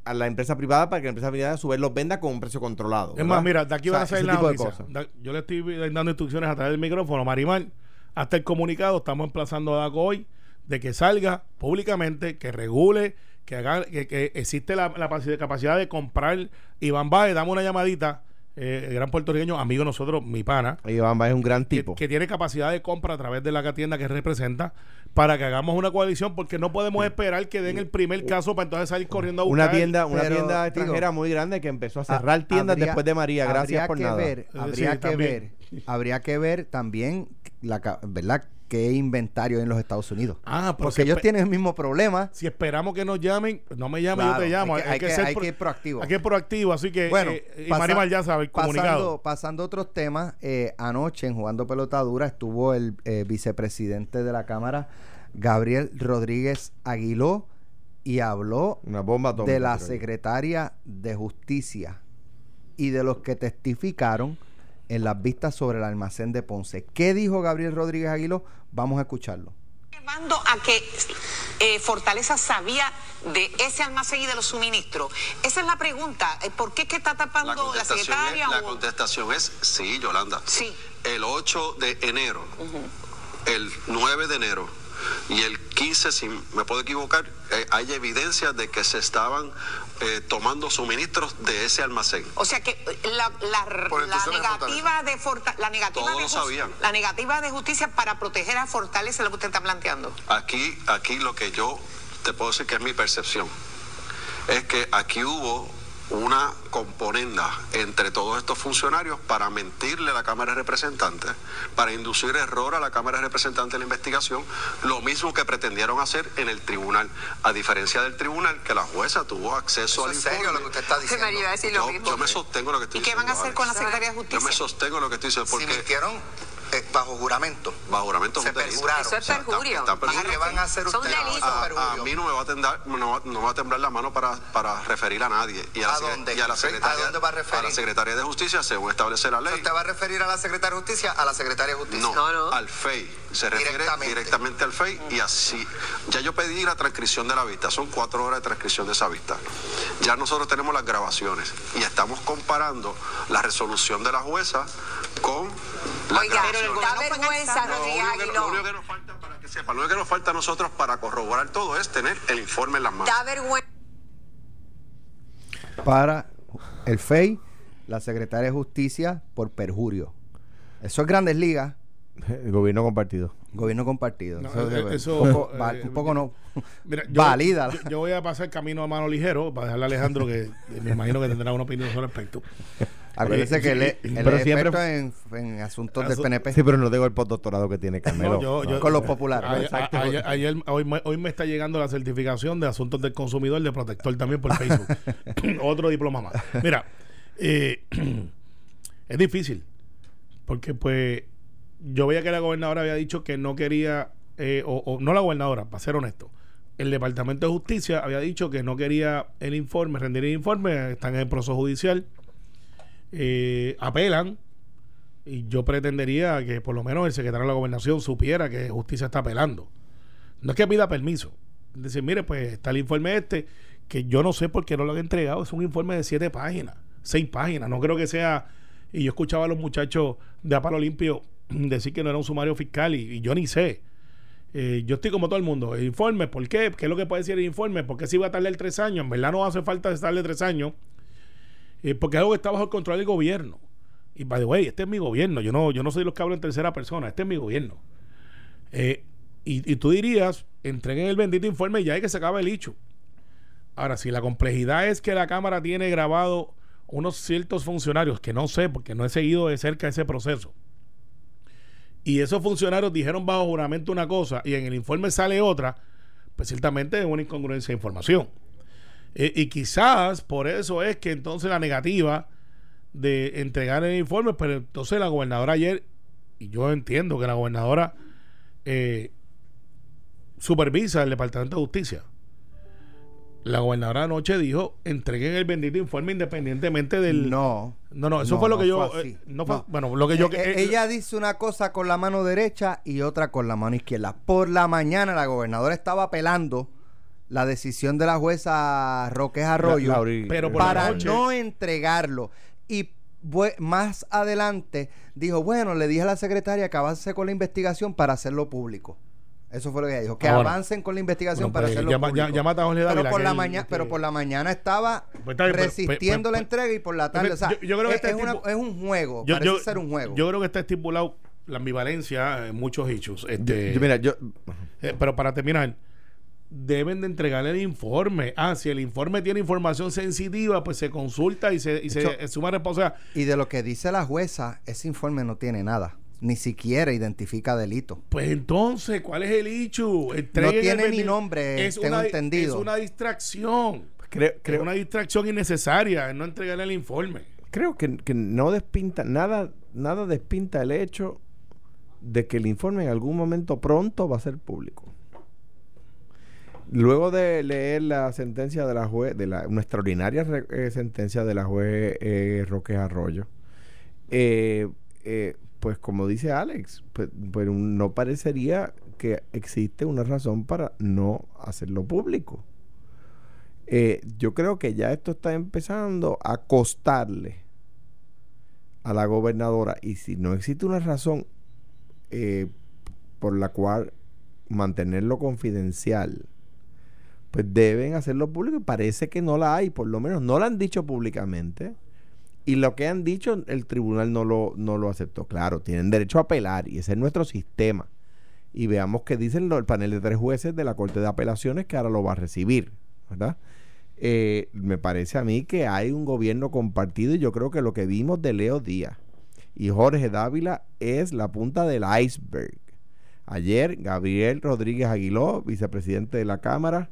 [SPEAKER 4] a la empresa privada para que la empresa privada a su vez los venda con un precio controlado.
[SPEAKER 3] Es
[SPEAKER 4] ¿verdad?
[SPEAKER 3] más, mira, de aquí
[SPEAKER 4] O sea,
[SPEAKER 3] van a salir
[SPEAKER 4] ese
[SPEAKER 3] la
[SPEAKER 4] tipo de
[SPEAKER 3] noticia.
[SPEAKER 4] cosas.
[SPEAKER 3] Da- Yo le estoy dando instrucciones a través del micrófono, Marimar. Hasta el comunicado, estamos emplazando a DACO hoy de que salga públicamente, que regule, que haga, que, que existe la, la paci- capacidad de comprar. Iván Baez, dame una llamadita, eh, el gran puertorriqueño, amigo de nosotros, mi pana,
[SPEAKER 4] Iván Baez es un gran
[SPEAKER 3] que-
[SPEAKER 4] tipo.
[SPEAKER 3] Que, tiene capacidad de compra a través de la tienda que representa, para que hagamos una coalición, porque no podemos esperar que den el primer caso para entonces salir corriendo a buscar.
[SPEAKER 4] una tienda, una
[SPEAKER 2] pero,
[SPEAKER 4] tienda extranjera
[SPEAKER 2] digo,
[SPEAKER 4] muy grande que empezó a
[SPEAKER 2] Ha-
[SPEAKER 4] cerrar
[SPEAKER 2] Ah,
[SPEAKER 4] tiendas
[SPEAKER 2] habría-
[SPEAKER 4] después de María. Gracias
[SPEAKER 2] habría
[SPEAKER 4] por
[SPEAKER 2] que
[SPEAKER 4] nada.
[SPEAKER 2] ver,
[SPEAKER 3] Eh, Sí,
[SPEAKER 2] habría que
[SPEAKER 3] también.
[SPEAKER 2] ver, habría que ver también la ca- verdad qué inventario hay en los Estados Unidos.
[SPEAKER 3] Ah, pero
[SPEAKER 2] Porque
[SPEAKER 3] si
[SPEAKER 2] ellos
[SPEAKER 3] espe-
[SPEAKER 2] tienen el mismo problema.
[SPEAKER 3] Si esperamos que nos llamen, pues no me llames,
[SPEAKER 2] Claro,
[SPEAKER 3] yo te llamo.
[SPEAKER 2] hay que- hay que-
[SPEAKER 3] ser
[SPEAKER 2] hay
[SPEAKER 3] pro-
[SPEAKER 2] que ir proactivo.
[SPEAKER 3] Hay que ir proactivo, así que.
[SPEAKER 2] Bueno,
[SPEAKER 3] eh, y
[SPEAKER 2] pasa-
[SPEAKER 3] Marimar ya sabe, el comunicado.
[SPEAKER 2] Pasando, pasando a otros temas, eh, anoche en Jugando Pelota Dura estuvo el eh, vicepresidente de la Cámara, Gabriel Rodríguez Aguiló, y habló
[SPEAKER 4] Una bomba atómica,
[SPEAKER 2] de la
[SPEAKER 4] creo yo.
[SPEAKER 2] secretaria de Justicia y de los que testificaron en las vistas sobre el almacén de Ponce. ¿Qué dijo Gabriel Rodríguez Aguiló? Vamos a escucharlo.
[SPEAKER 5] llevando a que eh, Fortaleza sabía de ese almacén y de los suministros. Esa es la pregunta. eh, ¿Por qué es que está
[SPEAKER 6] La
[SPEAKER 5] tapando la,
[SPEAKER 6] contestación,
[SPEAKER 5] secretaria?
[SPEAKER 6] es, la
[SPEAKER 5] o-
[SPEAKER 6] contestación es sí, Yolanda.
[SPEAKER 5] Sí.
[SPEAKER 6] El 8 de enero, el 9 de enero, y el 15, si me puedo equivocar, eh, hay evidencia de que se estaban eh, tomando suministros de ese almacén.
[SPEAKER 5] O sea que eh, la, la-
[SPEAKER 6] Por
[SPEAKER 5] la
[SPEAKER 6] intenciones de
[SPEAKER 5] negativa de Forta- la negativa
[SPEAKER 6] Todos
[SPEAKER 5] de
[SPEAKER 6] lo
[SPEAKER 5] jus-
[SPEAKER 6] sabían.
[SPEAKER 5] la negativa de justicia para proteger a Fortaleza es lo que usted está planteando.
[SPEAKER 6] Aquí, aquí lo que yo te puedo decir que es mi percepción es que aquí hubo una componenda entre todos estos funcionarios para mentirle a la Cámara de Representantes, para inducir error a la Cámara de Representantes en la investigación, lo mismo que pretendieron hacer en el tribunal, a diferencia del tribunal que la jueza tuvo acceso al
[SPEAKER 7] ¿Es en serio lo
[SPEAKER 6] informe.
[SPEAKER 7] que usted está diciendo?
[SPEAKER 8] María, iba a decir lo
[SPEAKER 6] yo,
[SPEAKER 8] mismo.
[SPEAKER 6] yo me sostengo lo que estoy
[SPEAKER 5] ¿Y qué van a hacer
[SPEAKER 6] diciendo,
[SPEAKER 5] con la
[SPEAKER 6] Alex.
[SPEAKER 5] Secretaría de
[SPEAKER 6] Yo me
[SPEAKER 5] Justicia?
[SPEAKER 6] sostengo lo que estoy diciendo
[SPEAKER 7] Si
[SPEAKER 6] porque
[SPEAKER 7] mintieron eh, bajo juramento.
[SPEAKER 6] bajo juramento es
[SPEAKER 7] Se
[SPEAKER 6] un delito.
[SPEAKER 7] perjuraron.
[SPEAKER 8] Eso es
[SPEAKER 6] O sea, están-
[SPEAKER 8] perjurio.
[SPEAKER 6] están
[SPEAKER 7] ¿Y qué van a hacer
[SPEAKER 8] Son
[SPEAKER 7] ustedes?
[SPEAKER 8] delitos.
[SPEAKER 7] con ese
[SPEAKER 6] a, a
[SPEAKER 7] perjurio?
[SPEAKER 6] mí no me va a temblar, no, va- no va a temblar la mano para, para referir a nadie. Y a, la,
[SPEAKER 7] ¿A
[SPEAKER 6] secre-
[SPEAKER 7] dónde?
[SPEAKER 6] Y a la
[SPEAKER 7] ¿A
[SPEAKER 6] secretaria,
[SPEAKER 7] dónde va a referir?
[SPEAKER 6] la Secretaría de Justicia, según establece la ley.
[SPEAKER 7] ¿Usted va a referir a la secretaria de Justicia? A la secretaria de Justicia.
[SPEAKER 6] No,
[SPEAKER 8] No, no.
[SPEAKER 6] al FEI. Se refiere
[SPEAKER 7] Directamente.
[SPEAKER 6] directamente. al FEI y así. Ya yo pedí la transcripción de la vista. Son cuatro horas de transcripción de esa vista. Ya nosotros tenemos las grabaciones y estamos comparando la resolución de la jueza con la
[SPEAKER 8] Oiga,
[SPEAKER 5] pero el gobierno
[SPEAKER 8] da
[SPEAKER 5] fue
[SPEAKER 8] vergüenza,
[SPEAKER 5] cansado.
[SPEAKER 6] lo
[SPEAKER 8] Rodríguez
[SPEAKER 6] único, que, lo único
[SPEAKER 8] Aguiló.
[SPEAKER 6] que nos falta para que sepa, lo único que nos falta a nosotros para corroborar todo es tener el informe en las manos.
[SPEAKER 8] Da vergüenza.
[SPEAKER 2] para el FEI, la secretaria de Justicia, por perjurio. Eso es Grandes Ligas,
[SPEAKER 4] [LAUGHS] El gobierno compartido.
[SPEAKER 2] gobierno compartido.
[SPEAKER 3] No,
[SPEAKER 2] eso,
[SPEAKER 3] eh,
[SPEAKER 2] es-
[SPEAKER 3] eso,
[SPEAKER 2] un poco,
[SPEAKER 3] eh,
[SPEAKER 2] val- un poco no.
[SPEAKER 3] Mira, yo,
[SPEAKER 2] Válida.
[SPEAKER 3] yo- yo voy a pasar camino a mano ligero para dejarle a Alejandro que eh, me imagino que tendrá una opinión al respecto.
[SPEAKER 2] Acuérdense
[SPEAKER 3] Eh,
[SPEAKER 2] que él es
[SPEAKER 3] sí,
[SPEAKER 2] él
[SPEAKER 4] pero
[SPEAKER 2] es
[SPEAKER 4] siempre-
[SPEAKER 2] experto en, en asuntos del
[SPEAKER 3] Asu-
[SPEAKER 2] PNP.
[SPEAKER 4] Sí, pero no tengo el postdoctorado que tiene Carmelo.
[SPEAKER 3] No, yo-
[SPEAKER 4] No.
[SPEAKER 3] yo-
[SPEAKER 2] con los populares.
[SPEAKER 3] ayer-
[SPEAKER 2] Exacto.
[SPEAKER 3] ayer- ayer- hoy, me- hoy me está llegando la certificación de asuntos del consumidor de protector también por
[SPEAKER 2] [LAUGHS]
[SPEAKER 3] Facebook. Otro diploma más. Mira, eh, [CLEARS THROAT] es difícil. Porque pues yo veía que la gobernadora había dicho que no quería, eh, o, o- no la gobernadora, para ser honesto. El Departamento de Justicia había dicho que no quería el informe, rendir el informe, están en el proceso judicial, eh, apelan, y yo pretendería que por lo menos el secretario de la gobernación supiera que justicia está apelando. No es que pida permiso. Es decir, mire, pues está el informe este, que yo no sé por qué no lo han entregado. Es un informe de siete páginas, seis páginas. No creo que sea. Y yo escuchaba a los muchachos de Apalo Limpio [CLEARS THROAT] decir que no era un sumario fiscal y, y yo ni sé. Eh, yo estoy como todo el mundo. El informe, ¿por qué? ¿Qué es lo que puede decir el informe? ¿Por qué si va a tardar tres años? En verdad no hace falta tardarle tres años. Eh, porque es algo que está bajo el control del gobierno. Y by the way, este es mi gobierno. Yo no, yo no soy los que hablo en tercera persona. Este es mi gobierno. Eh, y, y tú dirías, entreguen el bendito informe y ya hay que se acaba el hecho. Ahora, si la complejidad es que la Cámara tiene grabado unos ciertos funcionarios, que no sé, porque no he seguido de cerca ese proceso, y esos funcionarios dijeron bajo juramento una cosa y en el informe sale otra, pues ciertamente es una incongruencia de información. Eh, y quizás por eso es que entonces la negativa de entregar el informe, pero entonces la gobernadora ayer, y yo entiendo que la gobernadora eh, supervisa el Departamento de Justicia. La gobernadora anoche dijo, entreguen el bendito informe independientemente del...
[SPEAKER 2] No.
[SPEAKER 3] no, no, eso fue lo que yo...
[SPEAKER 2] fue así.
[SPEAKER 3] eh, no fue-
[SPEAKER 2] No.
[SPEAKER 3] Bueno, lo que yo...
[SPEAKER 2] Eh, eh, ella dice una cosa con la mano derecha y otra con la mano izquierda. Por la mañana la gobernadora estaba apelando la decisión de la jueza Roque Arroyo
[SPEAKER 4] Lauri- eh,
[SPEAKER 3] Pero por la
[SPEAKER 2] para
[SPEAKER 3] noche-
[SPEAKER 2] no entregarlo. Y bue- más adelante dijo, bueno, le dije a la secretaria que avance con la investigación para hacerlo público. Eso fue lo que ella dijo, que
[SPEAKER 3] Ahora.
[SPEAKER 2] avancen con la investigación
[SPEAKER 3] Bueno,
[SPEAKER 2] para
[SPEAKER 3] pues,
[SPEAKER 2] hacerlo
[SPEAKER 3] llama-
[SPEAKER 2] público.
[SPEAKER 3] ya- llámate a Jorge Dávila,
[SPEAKER 2] pero, por
[SPEAKER 3] que
[SPEAKER 2] la
[SPEAKER 3] él-
[SPEAKER 2] mañana,
[SPEAKER 3] que-
[SPEAKER 2] pero por la mañana estaba
[SPEAKER 3] Pues está bien, pero-
[SPEAKER 2] resistiendo
[SPEAKER 3] pues-
[SPEAKER 2] la
[SPEAKER 3] pues-
[SPEAKER 2] entrega y por la tarde.
[SPEAKER 3] Yo-
[SPEAKER 2] o sea,
[SPEAKER 3] yo- yo creo
[SPEAKER 2] es,
[SPEAKER 3] que este
[SPEAKER 2] es una-
[SPEAKER 3] tipo-
[SPEAKER 2] es un juego,
[SPEAKER 3] Yo-
[SPEAKER 2] parece
[SPEAKER 3] yo-
[SPEAKER 2] ser un juego.
[SPEAKER 3] Yo creo que está estipulado la ambivalencia en muchos hechos. Este,
[SPEAKER 4] Yo- mira, yo.
[SPEAKER 3] eh, pero para terminar, deben de entregarle el informe. Ah, si el informe tiene información sensitiva, pues se consulta y se, y se
[SPEAKER 2] Hecho.
[SPEAKER 3] suma responsabilidad.
[SPEAKER 2] Y de lo que dice la jueza, ese informe no tiene nada. Ni siquiera identifica delito.
[SPEAKER 3] Pues entonces, ¿cuál es el hecho?
[SPEAKER 2] tiene ni nombre, tengo entendido.
[SPEAKER 3] Es una distracción.
[SPEAKER 4] Creo,
[SPEAKER 3] Es
[SPEAKER 4] creo,
[SPEAKER 3] una distracción innecesaria en no entregarle el informe.
[SPEAKER 4] creo que, que no despinta. Nada, nada despinta el hecho de que el informe en algún momento pronto va a ser público. Luego de leer la sentencia de la juez, de la, una extraordinaria re- eh, sentencia de la juez eh, Roque Arroyo, eh, eh, pues como dice Alex, pues, pues no parecería que existe una razón para no hacerlo público. Eh, yo creo que ya esto está empezando a costarle a la gobernadora y si no existe una razón eh, por la cual mantenerlo confidencial, pues deben hacerlo público. Y parece que no la hay, por lo menos no la han dicho públicamente. Y lo que han dicho, el tribunal no lo, no lo aceptó. Claro, tienen derecho a apelar y ese es nuestro sistema. Y veamos qué dicen lo- el panel de tres jueces de la Corte de Apelaciones que ahora lo va a recibir, ¿verdad? Eh, me parece a mí que hay un gobierno compartido y yo creo que lo que vimos de Leo Díaz y Jorge Dávila es la punta del iceberg. Ayer, Gabriel Rodríguez Aguiló, vicepresidente de la Cámara,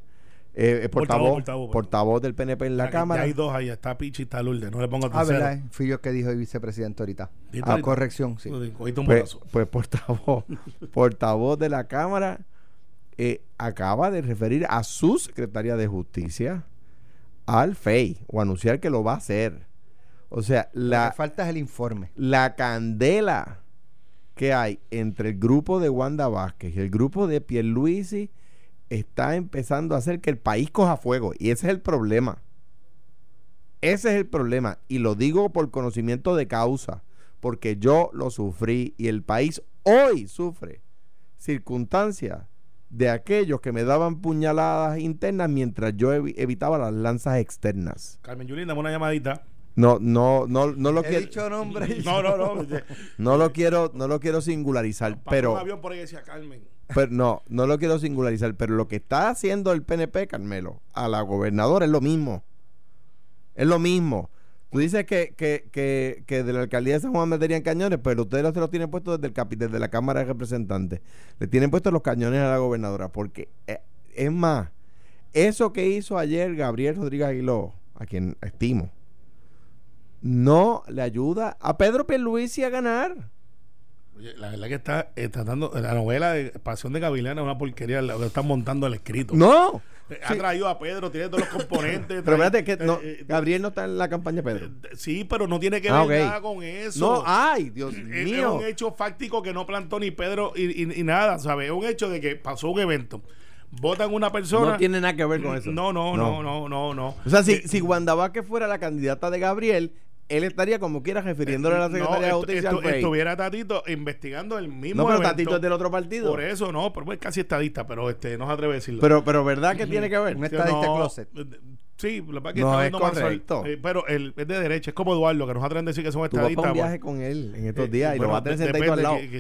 [SPEAKER 4] eh, eh, portavoz,
[SPEAKER 3] Portavoz,
[SPEAKER 4] portavoz,
[SPEAKER 3] portavoz,
[SPEAKER 4] del PNP en la
[SPEAKER 3] Ya que- ya
[SPEAKER 4] Cámara.
[SPEAKER 3] hay dos ahí, está Pichi y está Lourdes, no le pongo
[SPEAKER 2] Ah,
[SPEAKER 3] tercero.
[SPEAKER 2] ¿verdad? eh? Fui yo que dijo el vicepresidente ahorita.
[SPEAKER 3] ¿Viste
[SPEAKER 2] Ah,
[SPEAKER 3] ahorita?
[SPEAKER 2] corrección, sí.
[SPEAKER 3] Cogiste un
[SPEAKER 4] pues,
[SPEAKER 3] bolazo.
[SPEAKER 4] pues portavoz, portavoz de la Cámara eh, acaba de referir a su secretaria de Justicia al FEI o anunciar que lo va a hacer. O sea,
[SPEAKER 2] La
[SPEAKER 4] la,
[SPEAKER 2] falta es el informe.
[SPEAKER 4] la candela que hay entre el grupo de Wanda Vázquez y el grupo de Pierluisi está empezando a hacer que el país coja fuego y ese es el problema. Ese es el problema y lo digo por conocimiento de causa, porque yo lo sufrí y el país hoy sufre circunstancias de aquellos que me daban puñaladas internas mientras yo evi- evitaba las lanzas externas.
[SPEAKER 3] Carmen Yulín, dame una llamadita.
[SPEAKER 4] No, no, no, no lo
[SPEAKER 2] He
[SPEAKER 4] quiero.
[SPEAKER 2] dicho nombre.
[SPEAKER 3] No, no, no.
[SPEAKER 2] [LAUGHS]
[SPEAKER 3] Pasó
[SPEAKER 4] No lo quiero, no lo quiero singularizar,
[SPEAKER 3] un
[SPEAKER 4] pero,
[SPEAKER 3] avión por ahí y decía Carmen.
[SPEAKER 4] pero no, no lo quiero singularizar, pero lo que está haciendo el PNP, Carmelo, a la gobernadora es lo mismo. Es lo mismo. Tú dices que, que, que, que de la alcaldía de San Juan meterían cañones, pero ustedes no se los tienen puestos desde, el capi- desde la Cámara de Representantes. Le tienen puestos los cañones a la gobernadora, porque eh, es más, eso que hizo ayer Gabriel Rodríguez Aguiló, a quien estimo, no le ayuda a Pedro Pierluisi a ganar.
[SPEAKER 3] Oye, la verdad que está eh, tratando. La novela de Pasión de Gavilana es una porquería. Lo lo están montando el escrito.
[SPEAKER 4] No.
[SPEAKER 3] Eh, Ha
[SPEAKER 4] Sí.
[SPEAKER 3] traído a Pedro, tiene todos los componentes.
[SPEAKER 4] [LAUGHS] Pero
[SPEAKER 3] trae-
[SPEAKER 4] espérate, que no,
[SPEAKER 3] eh, eh,
[SPEAKER 4] Gabriel no está en la campaña, Pedro.
[SPEAKER 3] eh, Sí, pero no tiene que
[SPEAKER 4] Ah,
[SPEAKER 3] ver
[SPEAKER 4] ok.
[SPEAKER 3] nada con eso. Eh,
[SPEAKER 4] No, ay, Dios
[SPEAKER 3] Es- Es
[SPEAKER 4] mío.
[SPEAKER 3] un hecho fáctico que no plantó ni Pedro y, y- y nada, ¿sabes? Es un hecho de que pasó un evento. Votan una persona.
[SPEAKER 4] No tiene nada que ver con eso.
[SPEAKER 3] Mm, No, no, no, no, no, no.
[SPEAKER 4] O sea, si,
[SPEAKER 3] Eh,
[SPEAKER 4] si Wanda Vázquez fuera la candidata de Gabriel, él estaría como quiera refiriéndole a la
[SPEAKER 3] Eh, no,
[SPEAKER 4] Secretaría
[SPEAKER 3] estu-
[SPEAKER 4] de Justicia.
[SPEAKER 3] estu-
[SPEAKER 4] al rey.
[SPEAKER 3] estuviera Tatito investigando el mismo
[SPEAKER 4] no, pero
[SPEAKER 3] evento.
[SPEAKER 4] Tatito es del otro partido.
[SPEAKER 3] Por eso no, pero es casi estadista, pero este no se atreve a decirlo. Este,
[SPEAKER 4] Pero, pero ¿verdad que tiene que ver?
[SPEAKER 2] Un estadista
[SPEAKER 3] No,
[SPEAKER 2] closet.
[SPEAKER 3] eh, Sí, lo que pasa es que
[SPEAKER 4] No
[SPEAKER 3] está
[SPEAKER 4] es
[SPEAKER 3] dando más sol.
[SPEAKER 4] correcto.
[SPEAKER 3] Eh, pero el es de derecha, es como Eduardo, que nos atreven a decir que son
[SPEAKER 4] Tú vas
[SPEAKER 3] estadistas.
[SPEAKER 4] para un
[SPEAKER 3] pues.
[SPEAKER 4] viaje con él en
[SPEAKER 3] Eh,
[SPEAKER 4] estos días y lo
[SPEAKER 3] bueno,
[SPEAKER 4] vas a tener
[SPEAKER 3] de-
[SPEAKER 4] sentadito al
[SPEAKER 3] depende,
[SPEAKER 4] lado.
[SPEAKER 3] qui-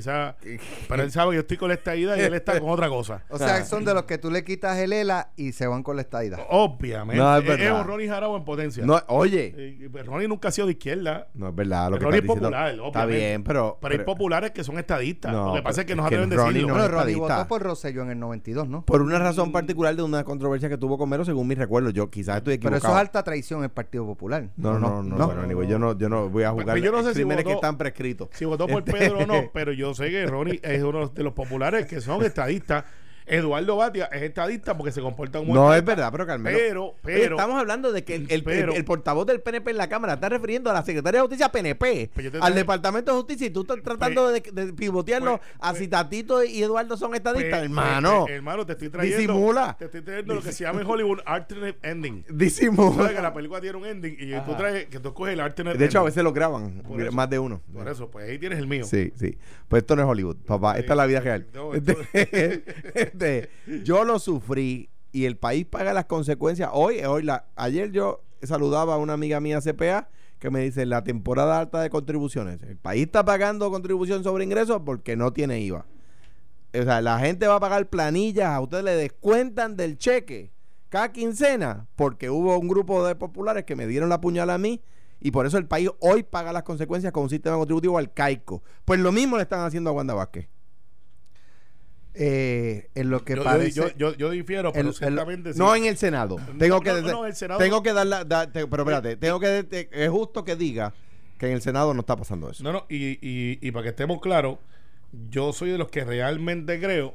[SPEAKER 3] quizá- pero él sabe que yo estoy con esta ida y él está con otra
[SPEAKER 4] [LAUGHS]
[SPEAKER 3] cosa.
[SPEAKER 2] O sea, son de los que tú le quitas el ELA y se van con la estadidad.
[SPEAKER 3] Obviamente.
[SPEAKER 4] No, es
[SPEAKER 3] es,
[SPEAKER 4] verdad.
[SPEAKER 3] un Ronnie Jarabo en potencia.
[SPEAKER 4] No, oye,
[SPEAKER 3] Eh, pero Ronnie nunca ha sido de izquierda.
[SPEAKER 4] no es verdad lo que
[SPEAKER 3] Ronnie
[SPEAKER 4] está
[SPEAKER 3] es
[SPEAKER 4] diciendo.
[SPEAKER 3] popular,
[SPEAKER 4] Está
[SPEAKER 3] obviamente.
[SPEAKER 4] bien, pero...
[SPEAKER 3] Pero hay populares que son estadistas.
[SPEAKER 4] No,
[SPEAKER 3] lo que pasa es que
[SPEAKER 4] pero
[SPEAKER 3] nos
[SPEAKER 4] es que
[SPEAKER 3] atreven a
[SPEAKER 4] Ronnie
[SPEAKER 3] decirlo.
[SPEAKER 4] no
[SPEAKER 2] Bueno,
[SPEAKER 4] es
[SPEAKER 2] Rodri
[SPEAKER 4] estadista.
[SPEAKER 2] votó por Rosselló en el 92, ¿no?
[SPEAKER 4] Por una razón particular de una controversia que tuvo con Mero, según mi recuerdo. Yo quizás estoy
[SPEAKER 2] Pero
[SPEAKER 4] equivocado.
[SPEAKER 2] eso es alta traición el Partido Popular.
[SPEAKER 4] No, no, no, no, bueno, anyway, yo no, yo no voy a
[SPEAKER 3] Pero-
[SPEAKER 4] jugar
[SPEAKER 3] pero yo no sé si
[SPEAKER 4] crímenes
[SPEAKER 3] votó-
[SPEAKER 4] que están prescritos.
[SPEAKER 3] Si votó
[SPEAKER 4] Este-
[SPEAKER 3] por Pedro o
[SPEAKER 4] [LAUGHS]
[SPEAKER 3] no, pero yo sé que Ronnie es uno de los populares que son estadistas. Eduardo Batia es estadista porque se comporta como
[SPEAKER 4] No es
[SPEAKER 3] estadista.
[SPEAKER 4] verdad, pero Carmelo.
[SPEAKER 3] Pero,
[SPEAKER 4] Oye,
[SPEAKER 3] pero.
[SPEAKER 4] estamos hablando de que el, el-
[SPEAKER 3] Pero-
[SPEAKER 4] el- el portavoz del PNP en la Cámara está refiriendo a la Secretaría de Justicia PNP,
[SPEAKER 3] Pues yo te
[SPEAKER 4] al
[SPEAKER 3] estoy-
[SPEAKER 4] Departamento de Justicia, y tú estás tratando de, de pivotearlo
[SPEAKER 3] pues-
[SPEAKER 4] a
[SPEAKER 3] pues-
[SPEAKER 4] si Tatito y Eduardo son estadistas,
[SPEAKER 3] Pe-
[SPEAKER 4] hermano.
[SPEAKER 3] pe- eh, hermano, te estoy trayendo.
[SPEAKER 4] Disimula.
[SPEAKER 3] Te estoy trayendo lo que se llama en Hollywood alternate
[SPEAKER 4] [LAUGHS]
[SPEAKER 3] ending. Tú sabes que
[SPEAKER 4] Disimula.
[SPEAKER 3] la película tiene un ending y tú traes que tú coges el alternate
[SPEAKER 4] De hecho, a
[SPEAKER 3] ending.
[SPEAKER 4] veces lo graban,
[SPEAKER 3] Por eso.
[SPEAKER 4] más de uno.
[SPEAKER 3] Por eso, pues ahí tienes el mío.
[SPEAKER 4] Sí, sí. Pues esto no es Hollywood, papá. Esta es la vida real. [LAUGHS]
[SPEAKER 3] No, esto-
[SPEAKER 4] Este- este, yo lo sufrí y el país paga las consecuencias. Hoy, hoy la, ayer yo saludaba a una amiga mía CPA que me dice la temporada alta de contribuciones. El país está pagando contribución sobre ingresos porque no tiene IVA. O sea, la gente va a pagar planillas, a ustedes le descuentan del cheque cada quincena porque hubo un grupo de populares que me dieron la puñalada a mí y por eso el país hoy paga las consecuencias con un sistema contributivo arcaico. Pues lo mismo le están haciendo a Wanda Vázquez.
[SPEAKER 2] Eh, en lo que
[SPEAKER 3] yo, yo-
[SPEAKER 2] parece...
[SPEAKER 3] yo, yo- yo difiero,
[SPEAKER 2] El-
[SPEAKER 3] pero
[SPEAKER 2] el-
[SPEAKER 3] ciertamente sí.
[SPEAKER 4] No en el Senado. Tengo que,
[SPEAKER 3] no, no, el Senado-
[SPEAKER 4] tengo que dar la... da- te- pero espérate, tengo que... te- es justo que diga que en el Senado no está pasando eso.
[SPEAKER 3] No, no, y, y, y para que estemos claros, yo soy de los que realmente creo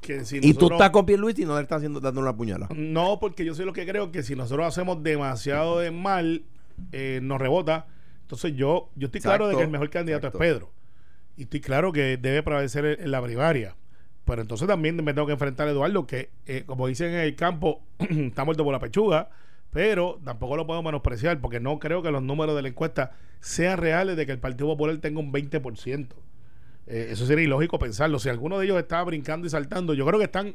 [SPEAKER 3] que si
[SPEAKER 4] y tú
[SPEAKER 3] nosotros-
[SPEAKER 4] estás con Pierluisi y no le estás haciendo, dando una puñalada.
[SPEAKER 3] No, porque yo soy lo que creo que si nosotros hacemos demasiado de mal, eh, nos rebota. Entonces yo, yo estoy claro de
[SPEAKER 4] Exacto,
[SPEAKER 3] que el mejor candidato
[SPEAKER 4] exacto.
[SPEAKER 3] es Pedro. Y estoy claro que debe prevalecer en, en la primaria. Pero entonces también me tengo que enfrentar a Eduardo, que eh, como dicen en el campo, [CLEARS THROAT] está muerto por la pechuga, pero tampoco lo puedo menospreciar porque no creo que los números de la encuesta sean reales de que el Partido Popular tenga un 20%. Eh, eso sería ilógico pensarlo. Si alguno de ellos estaba brincando y saltando, yo creo que están.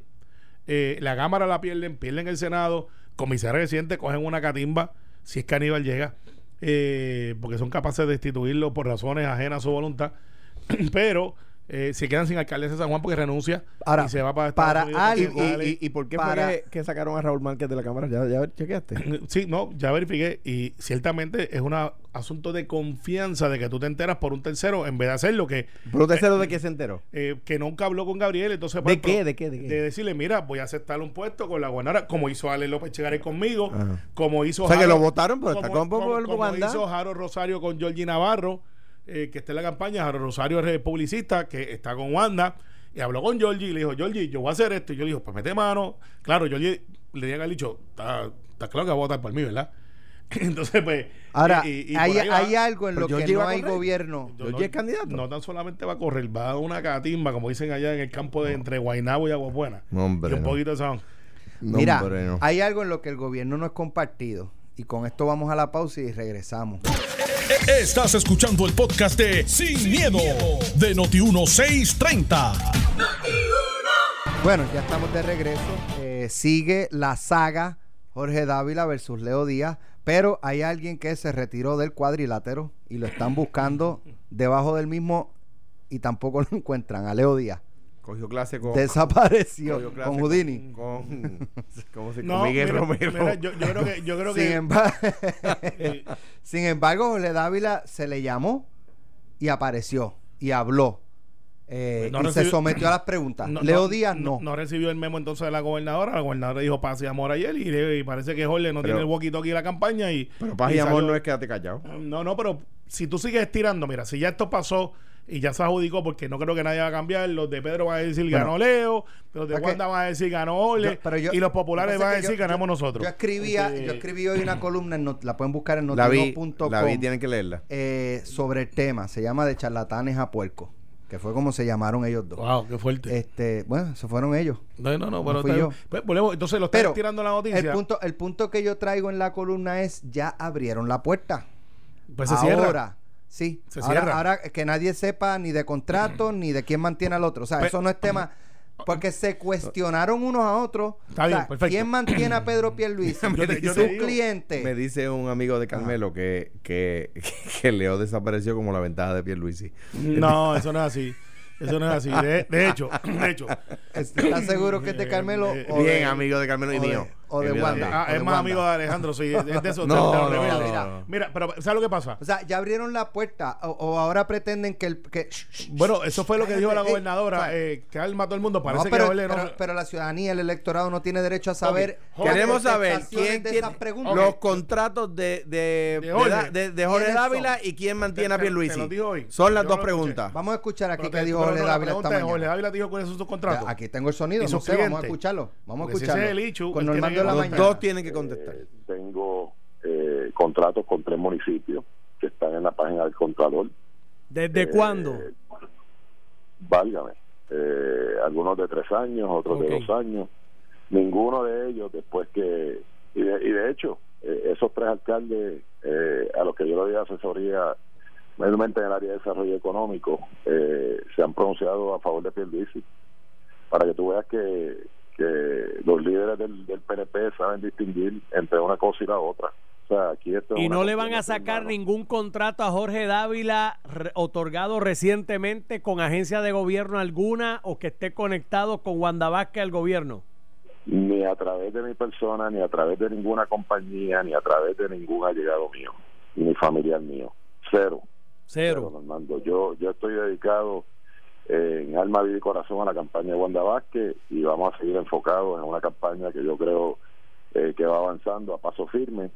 [SPEAKER 3] eh, la Cámara la pierden, pierden el Senado, comisario reciente cogen una catimba, si es que Aníbal llega, eh, porque son capaces de destituirlo por razones ajenas a su voluntad. [CLEARS THROAT] Pero eh, se quedan sin alcaldesa de San Juan porque renuncia
[SPEAKER 2] Ahora,
[SPEAKER 3] y se va para Estados
[SPEAKER 2] para
[SPEAKER 3] Unidos,
[SPEAKER 4] Ah, Y,
[SPEAKER 2] algo-
[SPEAKER 3] porque-
[SPEAKER 4] y- y- y por qué
[SPEAKER 2] Para-
[SPEAKER 4] fue que, que sacaron a Raúl Márquez de la Cámara? ¿Ya, ya chequeaste?
[SPEAKER 3] [CLEARS THROAT] Sí, no, ya verifiqué y ciertamente es un asunto de confianza de que tú te enteras por un tercero en vez de hacer lo que
[SPEAKER 4] ¿Pero usted sabe de qué se enteró?
[SPEAKER 3] eh, que nunca habló con Gabriel, entonces
[SPEAKER 4] ¿De
[SPEAKER 3] por ejemplo,
[SPEAKER 4] qué? ¿De qué? ¿De qué?
[SPEAKER 3] decirle, mira, voy a aceptar un puesto con la Guanara, como hizo Ale López Chegaray conmigo,
[SPEAKER 4] Ah. Ajá.
[SPEAKER 3] como hizo
[SPEAKER 4] O sea, que
[SPEAKER 3] Jaro-
[SPEAKER 4] lo votaron, pero está con-
[SPEAKER 3] como,
[SPEAKER 4] con-
[SPEAKER 3] como
[SPEAKER 4] con Wanda.
[SPEAKER 3] hizo Jaro Rosario con Georgie Navarro, eh, que está en la campaña, Jaro Rosario es republicista, que está con Wanda, y habló con Georgie y le dijo, Georgie, yo voy a hacer esto, y yo le dijo, pues mete mano, claro, Georgie le llega al dicho, está, está claro que va a votar por mí, ¿verdad? [LAUGHS] Entonces, pues...
[SPEAKER 2] Ahora,
[SPEAKER 3] y- y- y
[SPEAKER 2] hay,
[SPEAKER 3] por ahí va.
[SPEAKER 2] hay algo en lo
[SPEAKER 4] Pero Georgie
[SPEAKER 2] que no
[SPEAKER 4] iba a
[SPEAKER 2] hay
[SPEAKER 4] correr.
[SPEAKER 2] gobierno.
[SPEAKER 3] Yo
[SPEAKER 4] Georgie es candidato.
[SPEAKER 3] No tan solamente va a correr, va a dar una catimba, como dicen allá en el campo de entre Guaynabo y Aguabuena.
[SPEAKER 4] No, hombre,
[SPEAKER 3] Y un
[SPEAKER 4] no.
[SPEAKER 3] poquito de San.
[SPEAKER 2] Mira,
[SPEAKER 4] hombre, no.
[SPEAKER 2] hay algo en lo que el gobierno no es compartido. Y con esto vamos a la pausa y regresamos.
[SPEAKER 1] E, Estás escuchando el podcast de Sin, miedo, de Noti1630.
[SPEAKER 2] Bueno, ya estamos de regreso. Eh, sigue la saga Jorge Dávila versus Leo Díaz, pero hay alguien que se retiró del cuadrilátero y lo están buscando debajo del mismo y tampoco lo encuentran. A Leo Díaz
[SPEAKER 4] Cogió clase con...
[SPEAKER 2] desapareció
[SPEAKER 4] cogió clase
[SPEAKER 2] con Houdini.
[SPEAKER 4] Con, [LAUGHS] ¿cómo se- con
[SPEAKER 3] No,
[SPEAKER 4] Miguel
[SPEAKER 3] mira,
[SPEAKER 4] Romero.
[SPEAKER 3] mira, yo, yo creo que... Yo creo
[SPEAKER 2] Sin,
[SPEAKER 3] que eh,
[SPEAKER 2] embar- [LAUGHS] Sin embargo, Jorge Dávila se le llamó y apareció y habló eh,
[SPEAKER 3] Pues no
[SPEAKER 2] y se
[SPEAKER 3] recibió-
[SPEAKER 2] sometió a las preguntas. [LAUGHS]
[SPEAKER 3] No,
[SPEAKER 2] Leo
[SPEAKER 3] no,
[SPEAKER 2] Díaz
[SPEAKER 3] no. No recibió el memo entonces de la gobernadora. La gobernadora dijo paz y amor ayer y, le- y parece que Jorge no
[SPEAKER 4] Pero-
[SPEAKER 3] tiene el walkie-talkie de la campaña. Y,
[SPEAKER 4] Pero paz y amor no es quédate callado.
[SPEAKER 3] No, no, pero si tú sigues estirando, mira, si ya esto pasó y ya se adjudicó porque no creo que nadie va a cambiar, los de Pedro van a decir ganó Leo, los de
[SPEAKER 2] es que-
[SPEAKER 3] Wanda van a decir ganó Ole
[SPEAKER 2] Yo- pero yo-
[SPEAKER 3] y los populares
[SPEAKER 2] lo que
[SPEAKER 3] van a
[SPEAKER 2] pasa es que
[SPEAKER 3] decir
[SPEAKER 2] yo-
[SPEAKER 3] ganamos
[SPEAKER 2] yo-
[SPEAKER 3] nosotros.
[SPEAKER 2] Yo escribía,
[SPEAKER 3] Este,
[SPEAKER 2] yo escribí hoy una columna, en not- la pueden buscar en
[SPEAKER 4] La vi,
[SPEAKER 2] notiuno.com
[SPEAKER 4] la vi, tienen que leerla.
[SPEAKER 2] eh, sobre el tema, se llama de charlatanes a puerco, que fue como se llamaron ellos dos.
[SPEAKER 3] Wow, qué fuerte.
[SPEAKER 2] Este, bueno, se fueron ellos.
[SPEAKER 3] no, no, no, pero
[SPEAKER 2] fui
[SPEAKER 3] está-
[SPEAKER 2] yo.
[SPEAKER 3] pues, volvemos, entonces lo están
[SPEAKER 2] Pero
[SPEAKER 3] estirando la noticia.
[SPEAKER 2] el punto, el punto que yo traigo en la columna es ya abrieron la puerta.
[SPEAKER 3] pues se
[SPEAKER 2] ahora,
[SPEAKER 3] cierra.
[SPEAKER 2] sí.
[SPEAKER 3] Se
[SPEAKER 2] ahora,
[SPEAKER 3] cierra.
[SPEAKER 2] ahora que nadie sepa ni de contrato ni de quién mantiene al otro. O sea,
[SPEAKER 3] Pe-
[SPEAKER 2] eso no es tema. Porque se cuestionaron unos a otros.
[SPEAKER 3] Está
[SPEAKER 2] O
[SPEAKER 3] bien,
[SPEAKER 2] sea,
[SPEAKER 3] perfecto.
[SPEAKER 2] ¿Quién mantiene a Pedro
[SPEAKER 3] [CLEARS THROAT]
[SPEAKER 2] Pierluisi?
[SPEAKER 3] Yo te- yo
[SPEAKER 2] Su
[SPEAKER 3] te digo,
[SPEAKER 2] cliente.
[SPEAKER 4] Me dice un amigo de Carmelo que, que, [LAUGHS] que Leo desapareció como la ventaja de Pierluisi.
[SPEAKER 3] No, eso no es así. Eso no es así. De, de hecho, [CLEARS THROAT] de hecho.
[SPEAKER 2] ¿Estás seguro
[SPEAKER 3] [LAUGHS]
[SPEAKER 2] que es de Carmelo?
[SPEAKER 3] Eh,
[SPEAKER 2] o
[SPEAKER 4] Bien,
[SPEAKER 2] de-
[SPEAKER 4] amigo de Carmelo y
[SPEAKER 2] o de-
[SPEAKER 4] mío.
[SPEAKER 2] o de
[SPEAKER 4] Olvídate.
[SPEAKER 2] Wanda. eh,
[SPEAKER 3] Ah,
[SPEAKER 2] o de
[SPEAKER 3] es más
[SPEAKER 2] Wanda.
[SPEAKER 3] amigo de Alejandro, sí. Es de esos. de-
[SPEAKER 4] No,
[SPEAKER 3] de los
[SPEAKER 4] no, no,
[SPEAKER 3] rebeldes.
[SPEAKER 2] no.
[SPEAKER 3] Mira, pero ¿sabes lo que pasa?
[SPEAKER 2] O sea, ya abrieron la puerta. O, o ahora pretenden que el. Que,
[SPEAKER 3] Bueno, eso fue lo que dijo la
[SPEAKER 2] Cállate,
[SPEAKER 3] gobernadora.
[SPEAKER 2] eh,
[SPEAKER 3] Eh, calma a todo el mundo.
[SPEAKER 2] No,
[SPEAKER 3] Parece
[SPEAKER 2] pero,
[SPEAKER 3] que Jorge no-
[SPEAKER 2] pero- pero la ciudadanía, el electorado no tiene derecho a saber.
[SPEAKER 3] Ok.
[SPEAKER 2] las
[SPEAKER 4] Queremos saber
[SPEAKER 2] contestaciones
[SPEAKER 4] quién
[SPEAKER 2] de
[SPEAKER 4] tiene
[SPEAKER 2] esas preguntas.
[SPEAKER 4] los contratos de, de,
[SPEAKER 3] De
[SPEAKER 4] de-
[SPEAKER 3] Jorge.
[SPEAKER 4] de- de Jorge
[SPEAKER 2] ¿Quiénes son?
[SPEAKER 4] Dávila y quién mantiene a
[SPEAKER 3] Te- te-
[SPEAKER 4] Pierluisi.
[SPEAKER 3] te lo digo hoy.
[SPEAKER 4] Son las
[SPEAKER 3] Yo
[SPEAKER 4] dos
[SPEAKER 3] lo
[SPEAKER 4] preguntas.
[SPEAKER 2] Vamos a escuchar aquí
[SPEAKER 3] pero
[SPEAKER 2] qué
[SPEAKER 3] te-
[SPEAKER 2] dijo
[SPEAKER 3] pero
[SPEAKER 2] Jorge
[SPEAKER 3] no, la
[SPEAKER 2] Dávila
[SPEAKER 3] pregunta
[SPEAKER 2] esta
[SPEAKER 3] es, Jorge
[SPEAKER 2] mañana.
[SPEAKER 3] Dávila dijo cuáles son sus contratos.
[SPEAKER 2] Aquí tengo el sonido,
[SPEAKER 3] Y
[SPEAKER 2] no
[SPEAKER 3] sus
[SPEAKER 2] sé, vamos a
[SPEAKER 3] clientes.
[SPEAKER 2] escucharlo. Vamos a
[SPEAKER 3] Porque si ese
[SPEAKER 2] escucharlo.
[SPEAKER 3] es el issue,
[SPEAKER 2] con
[SPEAKER 3] él tiene
[SPEAKER 2] Normando
[SPEAKER 3] que
[SPEAKER 2] de la
[SPEAKER 4] Los
[SPEAKER 3] votar.
[SPEAKER 2] mañana.
[SPEAKER 4] dos tienen que contestar.
[SPEAKER 8] Eh, tengo eh, contratos con tres municipios que están en la página del contador.
[SPEAKER 9] ¿Desde cuándo?
[SPEAKER 8] Válgame. eh, algunos de tres años, otros
[SPEAKER 9] Ok.
[SPEAKER 8] de dos años. Ninguno de ellos después que... Y de, y de hecho, eh, esos tres alcaldes eh, a los que yo le doy asesoría, mayormente en el área de desarrollo económico, eh, se han pronunciado a favor de Pierluisi. Para que tú veas que, que los líderes del, del PNP saben distinguir entre una cosa y la otra. O sea, aquí esto es
[SPEAKER 9] Y
[SPEAKER 8] una
[SPEAKER 9] no le van
[SPEAKER 8] cuestión
[SPEAKER 9] a
[SPEAKER 8] de ser
[SPEAKER 9] sacar
[SPEAKER 8] humano.
[SPEAKER 9] ningún contrato a Jorge Dávila re- otorgado recientemente con agencia de gobierno alguna o que esté conectado con Wanda Vázquez al gobierno.
[SPEAKER 8] ni a través de mi persona, ni a través de ninguna compañía, ni a través de ningún allegado mío, ni familiar mío. Cero.
[SPEAKER 9] Cero.
[SPEAKER 8] Normando. Yo, yo estoy dedicado eh, en alma, vida y corazón a la campaña de Wanda Vázquez y vamos a seguir enfocados en una campaña que yo creo eh, que va avanzando a paso firme.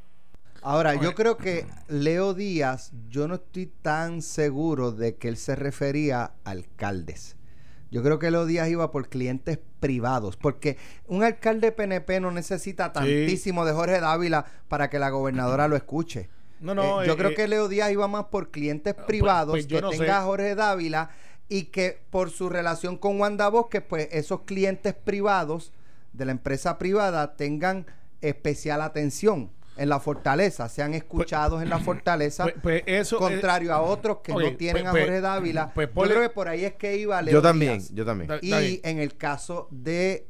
[SPEAKER 2] Ahora, yo creo que Leo Díaz, yo no estoy tan seguro de que él se refería a alcaldes. Yo creo que Leo Díaz iba por clientes privados, porque un alcalde PNP no necesita tantísimo de Jorge Dávila para que la gobernadora lo escuche.
[SPEAKER 3] No, no,
[SPEAKER 2] Eh, yo
[SPEAKER 3] eh,
[SPEAKER 2] creo
[SPEAKER 3] eh,
[SPEAKER 2] que Leo Díaz iba más por clientes privados
[SPEAKER 3] pues yo
[SPEAKER 2] que
[SPEAKER 3] no sé.
[SPEAKER 2] tenga a Jorge Dávila y que por su relación con Wanda Bosque, pues esos clientes privados de la empresa privada tengan especial atención. en la fortaleza, sean escuchados
[SPEAKER 3] [CLEARS THROAT]
[SPEAKER 2] en la fortaleza,
[SPEAKER 3] pues- pues eso es-
[SPEAKER 2] contrario a otros que
[SPEAKER 3] Oye,
[SPEAKER 2] no tienen
[SPEAKER 3] pues- pues-
[SPEAKER 2] a Jorge Dávila.
[SPEAKER 3] pues
[SPEAKER 2] yo
[SPEAKER 3] ponle-
[SPEAKER 2] creo que por ahí es que iba Leo
[SPEAKER 4] Yo también,
[SPEAKER 2] Díaz.
[SPEAKER 4] yo también.
[SPEAKER 3] Está- está bien.
[SPEAKER 2] Y en el caso de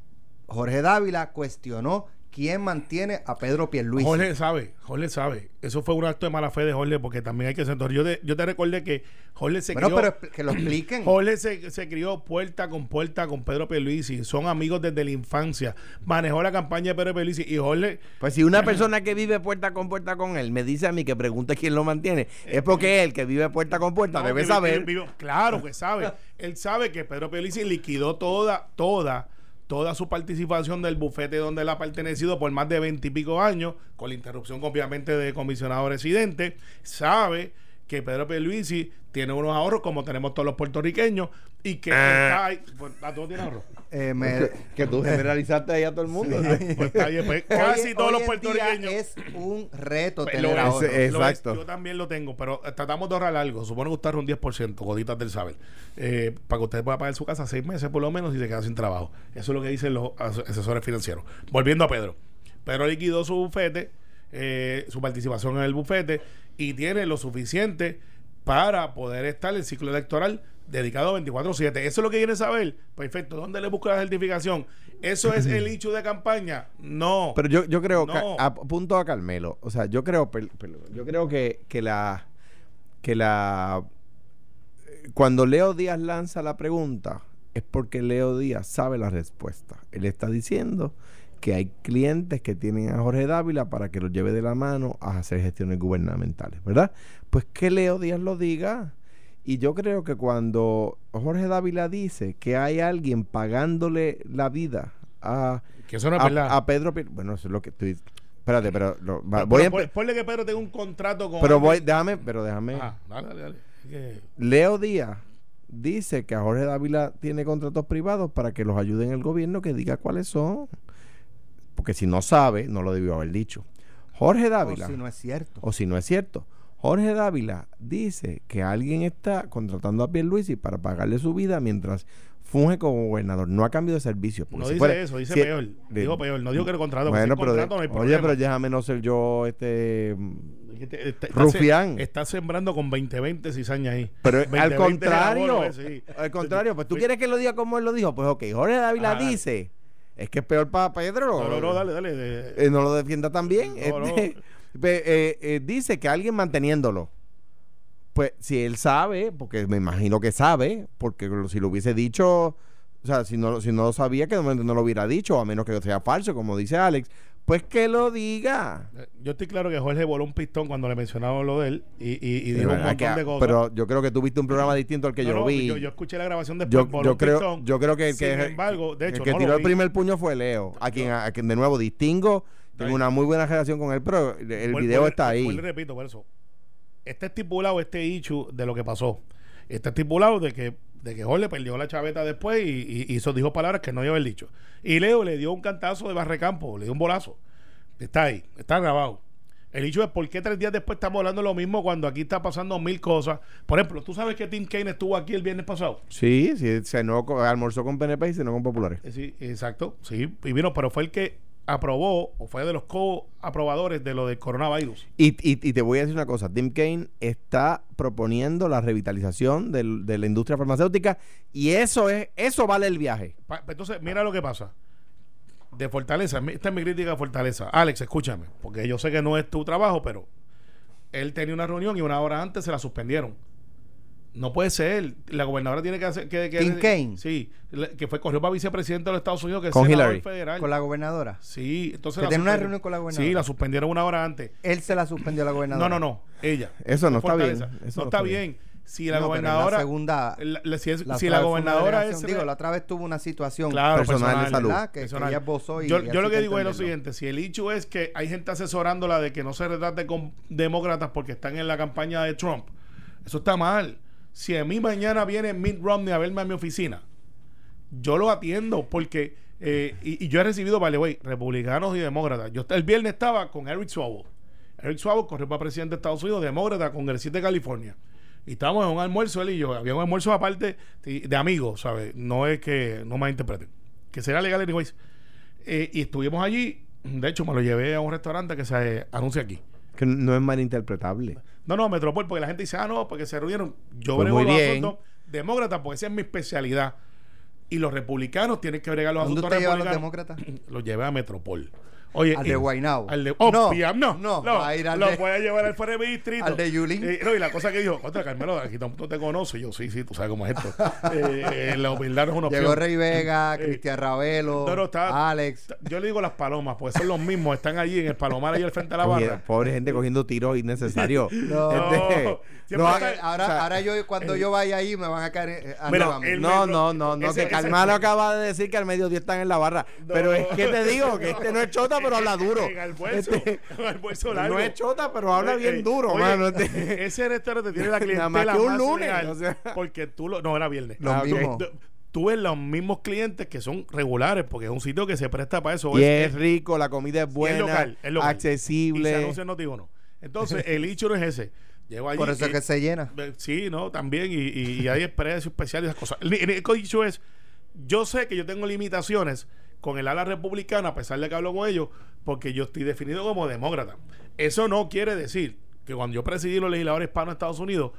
[SPEAKER 2] Jorge Dávila, cuestionó quién mantiene a Pedro Pierluisi.
[SPEAKER 3] Jorge sabe, Jorge sabe. Eso fue un acto de mala fe de Jorge porque también hay que sentar. Yo te, yo te recordé que Jorge se
[SPEAKER 2] bueno,
[SPEAKER 3] crió-
[SPEAKER 2] pero expl- que lo expliquen.
[SPEAKER 3] Jorge se, se crió puerta con puerta con Pedro Pierluisi. Son amigos desde la infancia. Manejó la campaña de Pedro Pierluisi y Jorge...
[SPEAKER 4] Pues si una persona que vive puerta con puerta con él me dice a mí que pregunte quién lo mantiene, es porque él que vive puerta con puerta
[SPEAKER 3] Eh, No,
[SPEAKER 4] debe
[SPEAKER 3] que vi- que
[SPEAKER 4] saber.
[SPEAKER 3] vi- claro que sabe. [LAUGHS] Él sabe que Pedro Pierluisi liquidó toda, toda, toda su participación del bufete donde él ha pertenecido por más de veintipico años, con la interrupción obviamente de comisionado residente. Sabe que Pedro Pierluisi tiene unos ahorros como tenemos todos los puertorriqueños y
[SPEAKER 4] Eh.
[SPEAKER 3] que está ahí- bueno, ¿a todos tienen ahorros?
[SPEAKER 2] Eh, me- [LAUGHS]
[SPEAKER 4] que tú generalizaste ahí a todo el mundo. ¿no?
[SPEAKER 3] Pues está bien, pues,
[SPEAKER 2] Hoy-
[SPEAKER 3] casi todos
[SPEAKER 2] hoy
[SPEAKER 3] los
[SPEAKER 2] en día
[SPEAKER 3] puertorriqueños.
[SPEAKER 2] Es un reto
[SPEAKER 3] Pues,
[SPEAKER 2] tener
[SPEAKER 3] lo
[SPEAKER 2] ahora.
[SPEAKER 3] es,
[SPEAKER 4] Ese-
[SPEAKER 3] lo
[SPEAKER 4] exacto.
[SPEAKER 3] es. yo también lo tengo, pero eh, tratamos de ahorrar algo. Supone que usted ahorra un 10%, coditas del saber. Eh, para que usted pueda pagar su casa seis meses por lo menos y se queda sin trabajo. Eso es lo que dicen los as- asesores financieros. Volviendo a Pedro. Pedro liquidó su bufete, eh, su participación en el bufete, y tiene lo suficiente para poder estar en el ciclo electoral dedicado 24-7. Eso es lo que quiere saber. Perfecto. ¿Dónde le busca la certificación? ¿Eso es el [CLEARS THROAT] hecho de campaña? No.
[SPEAKER 4] Pero yo, yo creo, que
[SPEAKER 3] No.
[SPEAKER 4] apunto a Carmelo, o sea, yo creo, per- per- yo creo que, que la, que la, cuando Leo Díaz lanza la pregunta, es porque Leo Díaz sabe la respuesta. Él está diciendo que hay clientes que tienen a Jorge Dávila para que los lleve de la mano a hacer gestiones gubernamentales, ¿verdad? Pues que Leo Díaz lo diga. Y yo creo que cuando Jorge Dávila dice que hay alguien pagándole la vida a
[SPEAKER 3] que eso no es
[SPEAKER 4] a-
[SPEAKER 3] verdad.
[SPEAKER 4] a, Pedro Pier- Bueno, eso es lo que estoy. Espérate, pero lo- va-
[SPEAKER 3] Pero
[SPEAKER 4] voy a.
[SPEAKER 3] pon- ponle que Pedro tenga un contrato con.
[SPEAKER 4] Pero voy, déjame, pero déjame.
[SPEAKER 3] Ah, dale, dale, dale. Es que-
[SPEAKER 4] Leo Díaz dice que a Jorge Dávila tiene contratos privados para que los ayude en el gobierno que diga cuáles son. Porque si no sabe, no lo debió haber dicho. Jorge
[SPEAKER 2] O
[SPEAKER 4] Dávila.
[SPEAKER 2] si no es cierto.
[SPEAKER 4] o si no es cierto. Jorge Dávila dice que alguien está contratando a Pierluisi para pagarle su vida mientras funge como gobernador, no a cambio de servicio. porque
[SPEAKER 3] No
[SPEAKER 4] Pues si
[SPEAKER 3] dice
[SPEAKER 4] fuera-
[SPEAKER 3] eso, dice
[SPEAKER 4] si-
[SPEAKER 3] peor.
[SPEAKER 4] de-
[SPEAKER 3] Dijo peor. No dijo que era contrato. porque
[SPEAKER 4] Bueno,
[SPEAKER 3] si es
[SPEAKER 4] pero, de-
[SPEAKER 3] contrato no hay
[SPEAKER 4] oye, pero
[SPEAKER 3] problema.
[SPEAKER 4] déjame no ser yo este... mm,
[SPEAKER 3] Es que te- está- está
[SPEAKER 4] Rufián.
[SPEAKER 3] se- Está sembrando con 20-20 cizañas ahí.
[SPEAKER 4] Pero
[SPEAKER 3] 20,
[SPEAKER 4] al
[SPEAKER 3] 20 de abono,
[SPEAKER 4] contrario,
[SPEAKER 3] eh, sí.
[SPEAKER 4] al contrario, pues tú
[SPEAKER 3] Sí.
[SPEAKER 4] quieres que lo diga como él lo dijo, pues ok, Jorge Dávila
[SPEAKER 3] Ah.
[SPEAKER 4] dice, es que es peor para Pedro.
[SPEAKER 3] No, no, no, dale, dale. de-
[SPEAKER 4] Eh, no lo defienda también.
[SPEAKER 3] No, no.
[SPEAKER 4] Este, [LAUGHS] pe- eh, eh, dice que alguien manteniéndolo. Pues si él sabe, porque me imagino que sabe, porque lo- si lo hubiese dicho, o sea, si no, si no lo sabía, que no, no lo hubiera dicho, a menos que sea falso, como dice Alex, pues que lo diga.
[SPEAKER 3] eh, Yo estoy claro que Jorge voló un pistón cuando le mencionaron lo de él y, y, y
[SPEAKER 4] Sí,
[SPEAKER 3] dijo un
[SPEAKER 4] verdad
[SPEAKER 3] montón
[SPEAKER 4] que-
[SPEAKER 3] de cosas.
[SPEAKER 4] Pero yo creo que tú viste un programa distinto al que
[SPEAKER 3] No,
[SPEAKER 4] yo
[SPEAKER 3] no,
[SPEAKER 4] vi.
[SPEAKER 3] Yo, yo escuché la grabación después.
[SPEAKER 4] yo,
[SPEAKER 3] voló
[SPEAKER 4] yo
[SPEAKER 3] un
[SPEAKER 4] creo,
[SPEAKER 3] pistón.
[SPEAKER 4] yo creo que el
[SPEAKER 3] Sin
[SPEAKER 4] que,
[SPEAKER 3] embargo, de
[SPEAKER 4] el
[SPEAKER 3] hecho,
[SPEAKER 4] que
[SPEAKER 3] no lo
[SPEAKER 4] tiró el
[SPEAKER 3] vi.
[SPEAKER 4] primer puño fue Leo, a quien, a quien de nuevo distingo. Tengo
[SPEAKER 3] ahí.
[SPEAKER 4] una muy buena relación con él, pero el, el
[SPEAKER 3] Vuel-
[SPEAKER 4] video
[SPEAKER 3] vuelve-
[SPEAKER 4] está
[SPEAKER 3] vuelve y
[SPEAKER 4] ahí.
[SPEAKER 3] repito, por eso. Está estipulado este hecho de lo que pasó. Está estipulado de que, de que Jorge perdió la chaveta después y, y- y hizo, dijo palabras que no iba a haber dicho. Y Leo le dio un cantazo de barrecampo, le dio un bolazo. Está ahí, está grabado. El hecho es por qué tres días después estamos hablando lo mismo cuando aquí está pasando mil cosas. Por ejemplo, tú sabes que Tim Kaine estuvo aquí el viernes pasado.
[SPEAKER 4] Sí, sí, cenó con- almorzó con PNP y cenó con Populares.
[SPEAKER 3] Eh, Sí, exacto. Sí, y vino, pero fue el que aprobó o fue de los co-aprobadores de lo del coronavirus.
[SPEAKER 4] Y, y- y te voy a decir una cosa, Tim Kaine está proponiendo la revitalización del- de la industria farmacéutica y eso es eso vale el viaje.
[SPEAKER 3] Pa- Entonces, mira lo que pasa. De Fortaleza, mi- esta es mi crítica a Fortaleza. Alex, escúchame, porque yo sé que no es tu trabajo, pero él tenía una reunión y una hora antes se la suspendieron. No puede ser. La gobernadora tiene que hacer. Que, que-
[SPEAKER 2] Tim Kaine.
[SPEAKER 3] Sí, la- que fue corrió para vicepresidente de los Estados Unidos, que es
[SPEAKER 4] Con
[SPEAKER 3] senador
[SPEAKER 4] Hillary.
[SPEAKER 3] federal.
[SPEAKER 2] Con la gobernadora.
[SPEAKER 3] Sí, entonces.
[SPEAKER 2] Que
[SPEAKER 3] la
[SPEAKER 2] tenía una
[SPEAKER 3] suspendieron.
[SPEAKER 2] reunión con la gobernadora.
[SPEAKER 3] Sí, la suspendieron una hora antes.
[SPEAKER 2] Él se la suspendió a la gobernadora.
[SPEAKER 3] No, no, no. Ella.
[SPEAKER 4] Eso no
[SPEAKER 3] De
[SPEAKER 4] está bien.
[SPEAKER 3] Fortaleza.
[SPEAKER 4] Eso
[SPEAKER 3] no está bien. Si la
[SPEAKER 2] No, pero es la
[SPEAKER 3] gobernadora.
[SPEAKER 2] segunda-
[SPEAKER 3] la- la- si es-
[SPEAKER 2] La
[SPEAKER 3] si
[SPEAKER 2] otra vez fue
[SPEAKER 3] la
[SPEAKER 2] una
[SPEAKER 3] gobernadora es. eh,
[SPEAKER 2] delegación. Digo, la otra vez tuvo una situación
[SPEAKER 3] Claro,
[SPEAKER 4] personal de salud.
[SPEAKER 2] ¿verdad? Que- que ella esbozó y-
[SPEAKER 3] yo,
[SPEAKER 2] y
[SPEAKER 3] yo
[SPEAKER 2] así
[SPEAKER 3] lo que
[SPEAKER 2] que
[SPEAKER 3] digo es lo
[SPEAKER 2] entenderlo.
[SPEAKER 3] siguiente: si el hecho es que hay gente asesorándola de que no se retrate con demócratas porque están en la campaña de Trump, eso está mal. Si a mí mañana viene Mitt Romney a verme a mi oficina, yo lo atiendo porque. eh, y, y yo he recibido, vale, güey, republicanos y demócratas. Yo el viernes estaba con Eric Swalwell. Eric Swalwell corrió para presidente de Estados Unidos, demócrata, congresista de California. Y estábamos en un almuerzo, él y yo. Había un almuerzo aparte de, de amigos, ¿sabes? No es que no me interpreten. Que será legal, anyways. Eh, y estuvimos allí De hecho, me lo llevé a un restaurante que se eh, anuncia aquí.
[SPEAKER 4] Que no es malinterpretable.
[SPEAKER 3] No, no, Metropol, porque la gente dice, ah, no, porque se reunieron. Yo
[SPEAKER 4] Pues
[SPEAKER 3] brego
[SPEAKER 4] muy
[SPEAKER 3] los
[SPEAKER 4] bien.
[SPEAKER 3] asuntos demócratas, porque esa es mi especialidad. Y los republicanos tienen que bregar los
[SPEAKER 2] ¿Dónde
[SPEAKER 3] asuntos
[SPEAKER 2] usted lleva a los
[SPEAKER 3] republicanos.
[SPEAKER 2] demócratas?
[SPEAKER 3] [CLEARS THROAT] Los llevé a Metropol. Oye,
[SPEAKER 2] Al
[SPEAKER 3] y-
[SPEAKER 2] de Guaynabo.
[SPEAKER 3] Al de, oh,
[SPEAKER 2] No,
[SPEAKER 3] piam, no,
[SPEAKER 2] no,
[SPEAKER 3] no,
[SPEAKER 2] va a ir al
[SPEAKER 3] lo
[SPEAKER 2] de-
[SPEAKER 3] voy a llevar al FRB distrito.
[SPEAKER 2] al de Yulín.
[SPEAKER 3] Eh, no, y la cosa que dijo, contra Carmelo, aquí tampoco te conoce. Yo, sí, sí, tú sabes cómo
[SPEAKER 2] [LAUGHS]
[SPEAKER 3] es esto. Eh, eh, la humildad no es una opción.
[SPEAKER 2] Llegó Rey Vega,
[SPEAKER 3] Eh,
[SPEAKER 2] Cristian Ravelo,
[SPEAKER 3] no, no, está-
[SPEAKER 2] Alex.
[SPEAKER 3] Yo le digo las palomas, porque son los mismos, están allí en el palomar, allí al frente de la
[SPEAKER 4] Oye,
[SPEAKER 3] barra.
[SPEAKER 4] pobre gente cogiendo tiros
[SPEAKER 2] [LAUGHS]
[SPEAKER 4] innecesarios.
[SPEAKER 2] No.
[SPEAKER 4] Este,
[SPEAKER 3] No, siempre
[SPEAKER 4] no,
[SPEAKER 3] está-
[SPEAKER 2] eh,
[SPEAKER 3] eh,
[SPEAKER 2] ahora,
[SPEAKER 4] o sea,
[SPEAKER 2] ahora yo cuando yo vaya ahí me van a caer eh, arriba
[SPEAKER 3] Mira,
[SPEAKER 2] a mí.
[SPEAKER 3] el
[SPEAKER 4] Ah,
[SPEAKER 3] metro-
[SPEAKER 4] no, no, no, no,
[SPEAKER 3] ese-
[SPEAKER 4] que
[SPEAKER 3] ese-
[SPEAKER 4] Carmelo acaba de decir que al mediodía están en la barra. Pero es que te digo que este no es chota, pero habla duro.
[SPEAKER 3] [LAUGHS] En almuerzo,
[SPEAKER 4] Este,
[SPEAKER 3] [LAUGHS] en almuerzo largo.
[SPEAKER 4] no es chota, pero habla
[SPEAKER 3] Oye,
[SPEAKER 4] bien
[SPEAKER 3] eh,
[SPEAKER 4] duro,
[SPEAKER 3] oye, [LAUGHS]
[SPEAKER 4] mano. Este-
[SPEAKER 3] Ese restaurante tiene la clientela
[SPEAKER 4] [LAUGHS] Nada más que un
[SPEAKER 3] más
[SPEAKER 4] lunes,
[SPEAKER 3] leal,
[SPEAKER 4] o sea.
[SPEAKER 3] Porque tú lo... No, era viernes.
[SPEAKER 2] Los
[SPEAKER 3] Ah, ok.
[SPEAKER 2] mismos.
[SPEAKER 3] Tú- Tú ves los mismos clientes que son regulares, porque es un sitio que se presta para eso.
[SPEAKER 4] y
[SPEAKER 3] es-
[SPEAKER 4] es rico, la comida es
[SPEAKER 3] y
[SPEAKER 4] buena,
[SPEAKER 3] es local, es local. Y se
[SPEAKER 4] accesible.
[SPEAKER 3] anuncia en Notiuno. Entonces,
[SPEAKER 4] [LAUGHS]
[SPEAKER 3] el hecho no es ese. Llego allí
[SPEAKER 2] Por eso
[SPEAKER 3] y-
[SPEAKER 2] es que se llena.
[SPEAKER 3] Eh, Sí, no, también. Y, y- y hay precios especiales y esas cosas. El, el dicho es: yo sé que yo tengo limitaciones con el ala republicana, a pesar de que hablo con ellos, porque yo estoy definido como demócrata. Eso no quiere decir que cuando yo presidí los legisladores hispanos de Estados Unidos,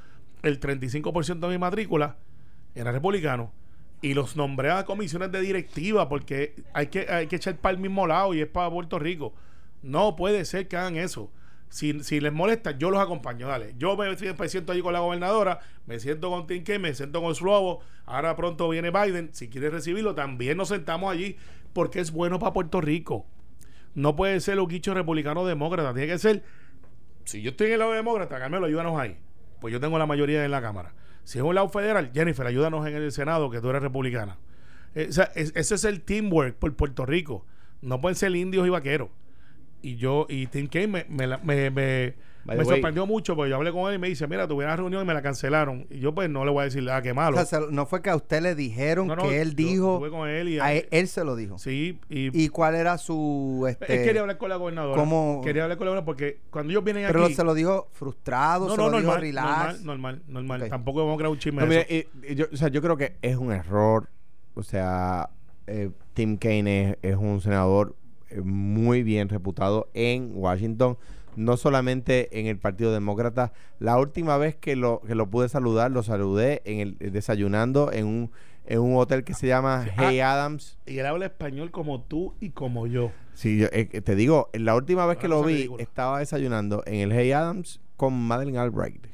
[SPEAKER 3] el 35% de mi matrícula era republicano y los nombré a comisiones de directiva porque hay que, hay que echar para el mismo lado y es para Puerto Rico. No puede ser que hagan eso. Si, si les molesta, yo los acompaño, dale. Yo me, me siento allí con la gobernadora, me siento con Tim Kaine, me siento con Slobo. Ahora pronto viene Biden. Si quieres recibirlo, también nos sentamos allí porque es bueno para Puerto Rico. No puede ser lo quicho republicano o demócrata. Tiene que ser si yo estoy en el lado demócrata, Carmelo, ayúdanos ahí. Pues yo tengo la mayoría en la Cámara. Si es un lado federal, Jennifer, ayúdanos en el Senado, que tú eres republicana. Eh, o sea, es- ese es el teamwork por Puerto Rico. No pueden ser indios y vaqueros. Y yo, y Tim Kaine me, me, la- me- me-
[SPEAKER 4] By
[SPEAKER 3] me
[SPEAKER 4] the way.
[SPEAKER 3] sorprendió mucho porque yo hablé con él y me dice, mira, tuve una reunión y me la cancelaron. Y yo pues no le voy a decir, ah, qué malo.
[SPEAKER 2] O sea, se- no fue que a usted le dijeron
[SPEAKER 3] No, no,
[SPEAKER 2] que
[SPEAKER 3] yo
[SPEAKER 2] él dijo.
[SPEAKER 3] estuve con él y-
[SPEAKER 2] a él, él se lo dijo.
[SPEAKER 3] Sí, y,
[SPEAKER 2] ¿Y cuál era su. Este,
[SPEAKER 3] él quería hablar con la gobernadora.
[SPEAKER 2] ¿Cómo?
[SPEAKER 3] Quería hablar con la gobernadora porque cuando ellos vienen
[SPEAKER 2] pero
[SPEAKER 3] aquí...
[SPEAKER 2] se lo dijo frustrado,
[SPEAKER 3] no,
[SPEAKER 2] se
[SPEAKER 3] no,
[SPEAKER 2] lo dijo
[SPEAKER 3] normal,
[SPEAKER 2] relax.
[SPEAKER 3] normal, normal, normal.
[SPEAKER 2] Ok.
[SPEAKER 3] Tampoco vamos a crear un chisme
[SPEAKER 4] No,
[SPEAKER 3] de
[SPEAKER 4] mira,
[SPEAKER 3] eso.
[SPEAKER 4] eh, eh, yo, o sea, yo creo que es un error. O sea, eh, Tim Kaine es, es un senador eh, muy bien reputado en Washington. No solamente en el Partido Demócrata. La última vez que lo, que lo pude saludar, lo saludé en el eh, desayunando en un, en un hotel que se llama Hey
[SPEAKER 3] ah.
[SPEAKER 4] Adams.
[SPEAKER 3] Y él habla español como tú y como yo.
[SPEAKER 4] Sí, yo, eh, eh, te digo, la última vez
[SPEAKER 3] Una
[SPEAKER 4] que lo
[SPEAKER 3] cosa
[SPEAKER 4] vi,
[SPEAKER 3] ridícula.
[SPEAKER 4] estaba desayunando en el Hey Adams con Madeleine Albright.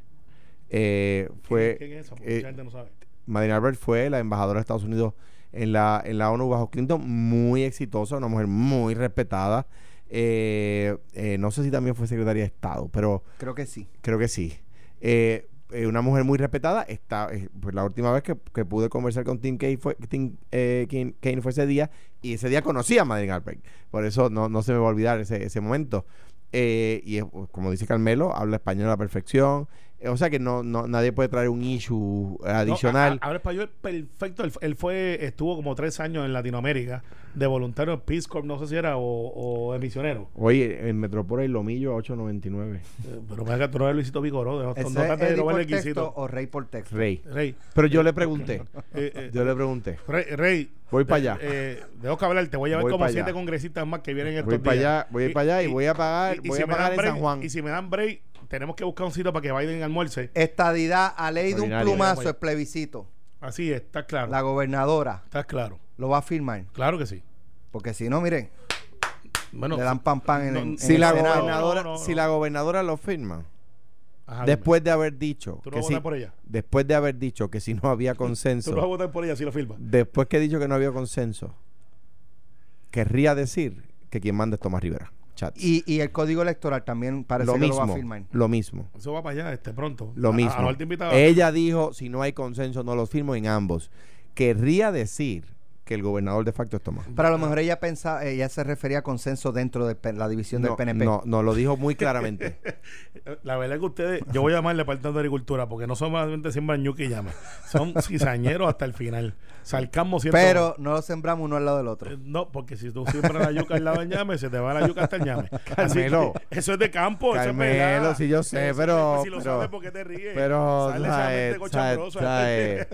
[SPEAKER 4] Eh, fue,
[SPEAKER 3] ¿Quién es esa? Porque
[SPEAKER 4] eh,
[SPEAKER 3] mucha gente no sabe.
[SPEAKER 4] Madeleine Albright fue la embajadora de Estados Unidos en la, en la ONU bajo Clinton, muy exitosa, una mujer muy respetada. Eh, eh, no sé si también fue secretaria de Estado, pero
[SPEAKER 2] Creo que sí.
[SPEAKER 4] creo que sí. Eh, eh, una mujer muy respetada. Está, eh, pues, la última vez que, que pude conversar con Tim Kaine fue, Tim, eh, Kaine- Kaine fue ese día y ese día conocí a Madeleine Albright. Por eso no, no se me va a olvidar ese, ese momento. Eh, y es- como dice Carmelo, habla español a la perfección. Eh, o sea que no, no nadie puede traer un issue adicional.
[SPEAKER 3] No, a- a- habla español perfecto. Él, él fue, estuvo como tres años en Latinoamérica de voluntario en Peace Corps, no sé si era, o, o de misionero.
[SPEAKER 4] Oye, en Metropol y Lomillo a 8.99.
[SPEAKER 3] Eh, Pero me que tú no eres Luisito Vigoró, no, no
[SPEAKER 2] ¿Ese
[SPEAKER 3] trates
[SPEAKER 2] es
[SPEAKER 3] de
[SPEAKER 2] Eddie por
[SPEAKER 3] robarle
[SPEAKER 2] texto
[SPEAKER 3] quisito.
[SPEAKER 2] o Rey por texto?
[SPEAKER 4] Rey.
[SPEAKER 3] Rey,
[SPEAKER 4] Pero yo le pregunté.
[SPEAKER 3] eh, eh,
[SPEAKER 4] Yo le pregunté.
[SPEAKER 3] Rey, Rey,
[SPEAKER 4] Voy para allá.
[SPEAKER 3] eh, tengo que hablar, te voy a llevar
[SPEAKER 4] Voy
[SPEAKER 3] como
[SPEAKER 4] pa'
[SPEAKER 3] siete
[SPEAKER 4] allá.
[SPEAKER 3] congresistas más que vienen estos
[SPEAKER 4] Voy para
[SPEAKER 3] días.
[SPEAKER 4] allá, voy a ir para allá y, voy a pagar,
[SPEAKER 3] y- y
[SPEAKER 4] voy
[SPEAKER 3] si
[SPEAKER 4] a
[SPEAKER 3] me
[SPEAKER 4] pagar
[SPEAKER 3] dan
[SPEAKER 4] en
[SPEAKER 3] break-
[SPEAKER 4] San Juan.
[SPEAKER 3] Y si me dan break, tenemos que buscar un sitio para que Biden almuerce.
[SPEAKER 2] Estadidad a ley de un
[SPEAKER 4] Ordinario.
[SPEAKER 2] plumazo es plebiscito.
[SPEAKER 3] Así es, está claro.
[SPEAKER 2] La gobernadora
[SPEAKER 3] Está claro.
[SPEAKER 2] lo va a firmar.
[SPEAKER 3] Claro que sí.
[SPEAKER 2] Porque si no, miren,
[SPEAKER 3] Bueno,
[SPEAKER 2] le dan pan pan en,
[SPEAKER 3] no,
[SPEAKER 2] en
[SPEAKER 4] si
[SPEAKER 2] el
[SPEAKER 4] la
[SPEAKER 2] Senado.
[SPEAKER 3] Senado.
[SPEAKER 4] gobernadora,
[SPEAKER 3] No, no, no,
[SPEAKER 4] si
[SPEAKER 3] no.
[SPEAKER 4] la gobernadora lo firma,
[SPEAKER 3] ajá, dime.
[SPEAKER 4] después de haber dicho
[SPEAKER 3] Tú no
[SPEAKER 4] que
[SPEAKER 3] vas a
[SPEAKER 4] si,
[SPEAKER 3] votar por ella.
[SPEAKER 4] después de haber dicho que si no había
[SPEAKER 3] Tú no vas a
[SPEAKER 4] consenso,
[SPEAKER 3] votar por ella si lo firma.
[SPEAKER 4] después que he dicho que no había consenso, querría decir que quien manda es Tomás Rivera. Chat.
[SPEAKER 2] Y, y el código electoral también parece
[SPEAKER 4] lo
[SPEAKER 2] que lo va a
[SPEAKER 4] mismo,
[SPEAKER 2] firmar.
[SPEAKER 4] lo mismo.
[SPEAKER 3] Eso va para allá este pronto.
[SPEAKER 4] Lo
[SPEAKER 3] A- a-
[SPEAKER 4] mismo.
[SPEAKER 3] a Norte invitado.
[SPEAKER 4] Ella dijo, si no hay consenso, no los firmo en ambos. Querría decir que el gobernador de facto es Tomás.
[SPEAKER 2] Pero a lo mejor ella pensaba, ella se refería a consenso dentro de la división del
[SPEAKER 4] No,
[SPEAKER 2] PNP.
[SPEAKER 4] no, no, lo dijo muy claramente.
[SPEAKER 3] [LAUGHS] Eh, La verdad es que ustedes, yo voy a llamarle Departamento de Agricultura porque no solamente siembran ñuca y llama. Son cizañeros hasta el final. Salcamos siempre.
[SPEAKER 2] Pero no lo sembramos uno al lado del otro.
[SPEAKER 3] Eh, No, porque si tú siembras la yuca al lado del ñame, se te va la yuca hasta el
[SPEAKER 4] [LAUGHS]
[SPEAKER 3] ñame. Así que
[SPEAKER 4] Carmelo.
[SPEAKER 3] Eso es de campo. eso es
[SPEAKER 4] Carmelo,
[SPEAKER 3] verdad.
[SPEAKER 4] sí, yo sé,
[SPEAKER 3] Eso-
[SPEAKER 4] pero-
[SPEAKER 3] pues Si lo
[SPEAKER 4] pero-
[SPEAKER 3] sabes, ¿por qué te ríes?
[SPEAKER 4] Pero,
[SPEAKER 3] Sale esa
[SPEAKER 4] ¿sabes?
[SPEAKER 3] mente [LAUGHS]
[SPEAKER 4] ¿sabes?
[SPEAKER 3] cochambrosa.
[SPEAKER 4] ¿sabes?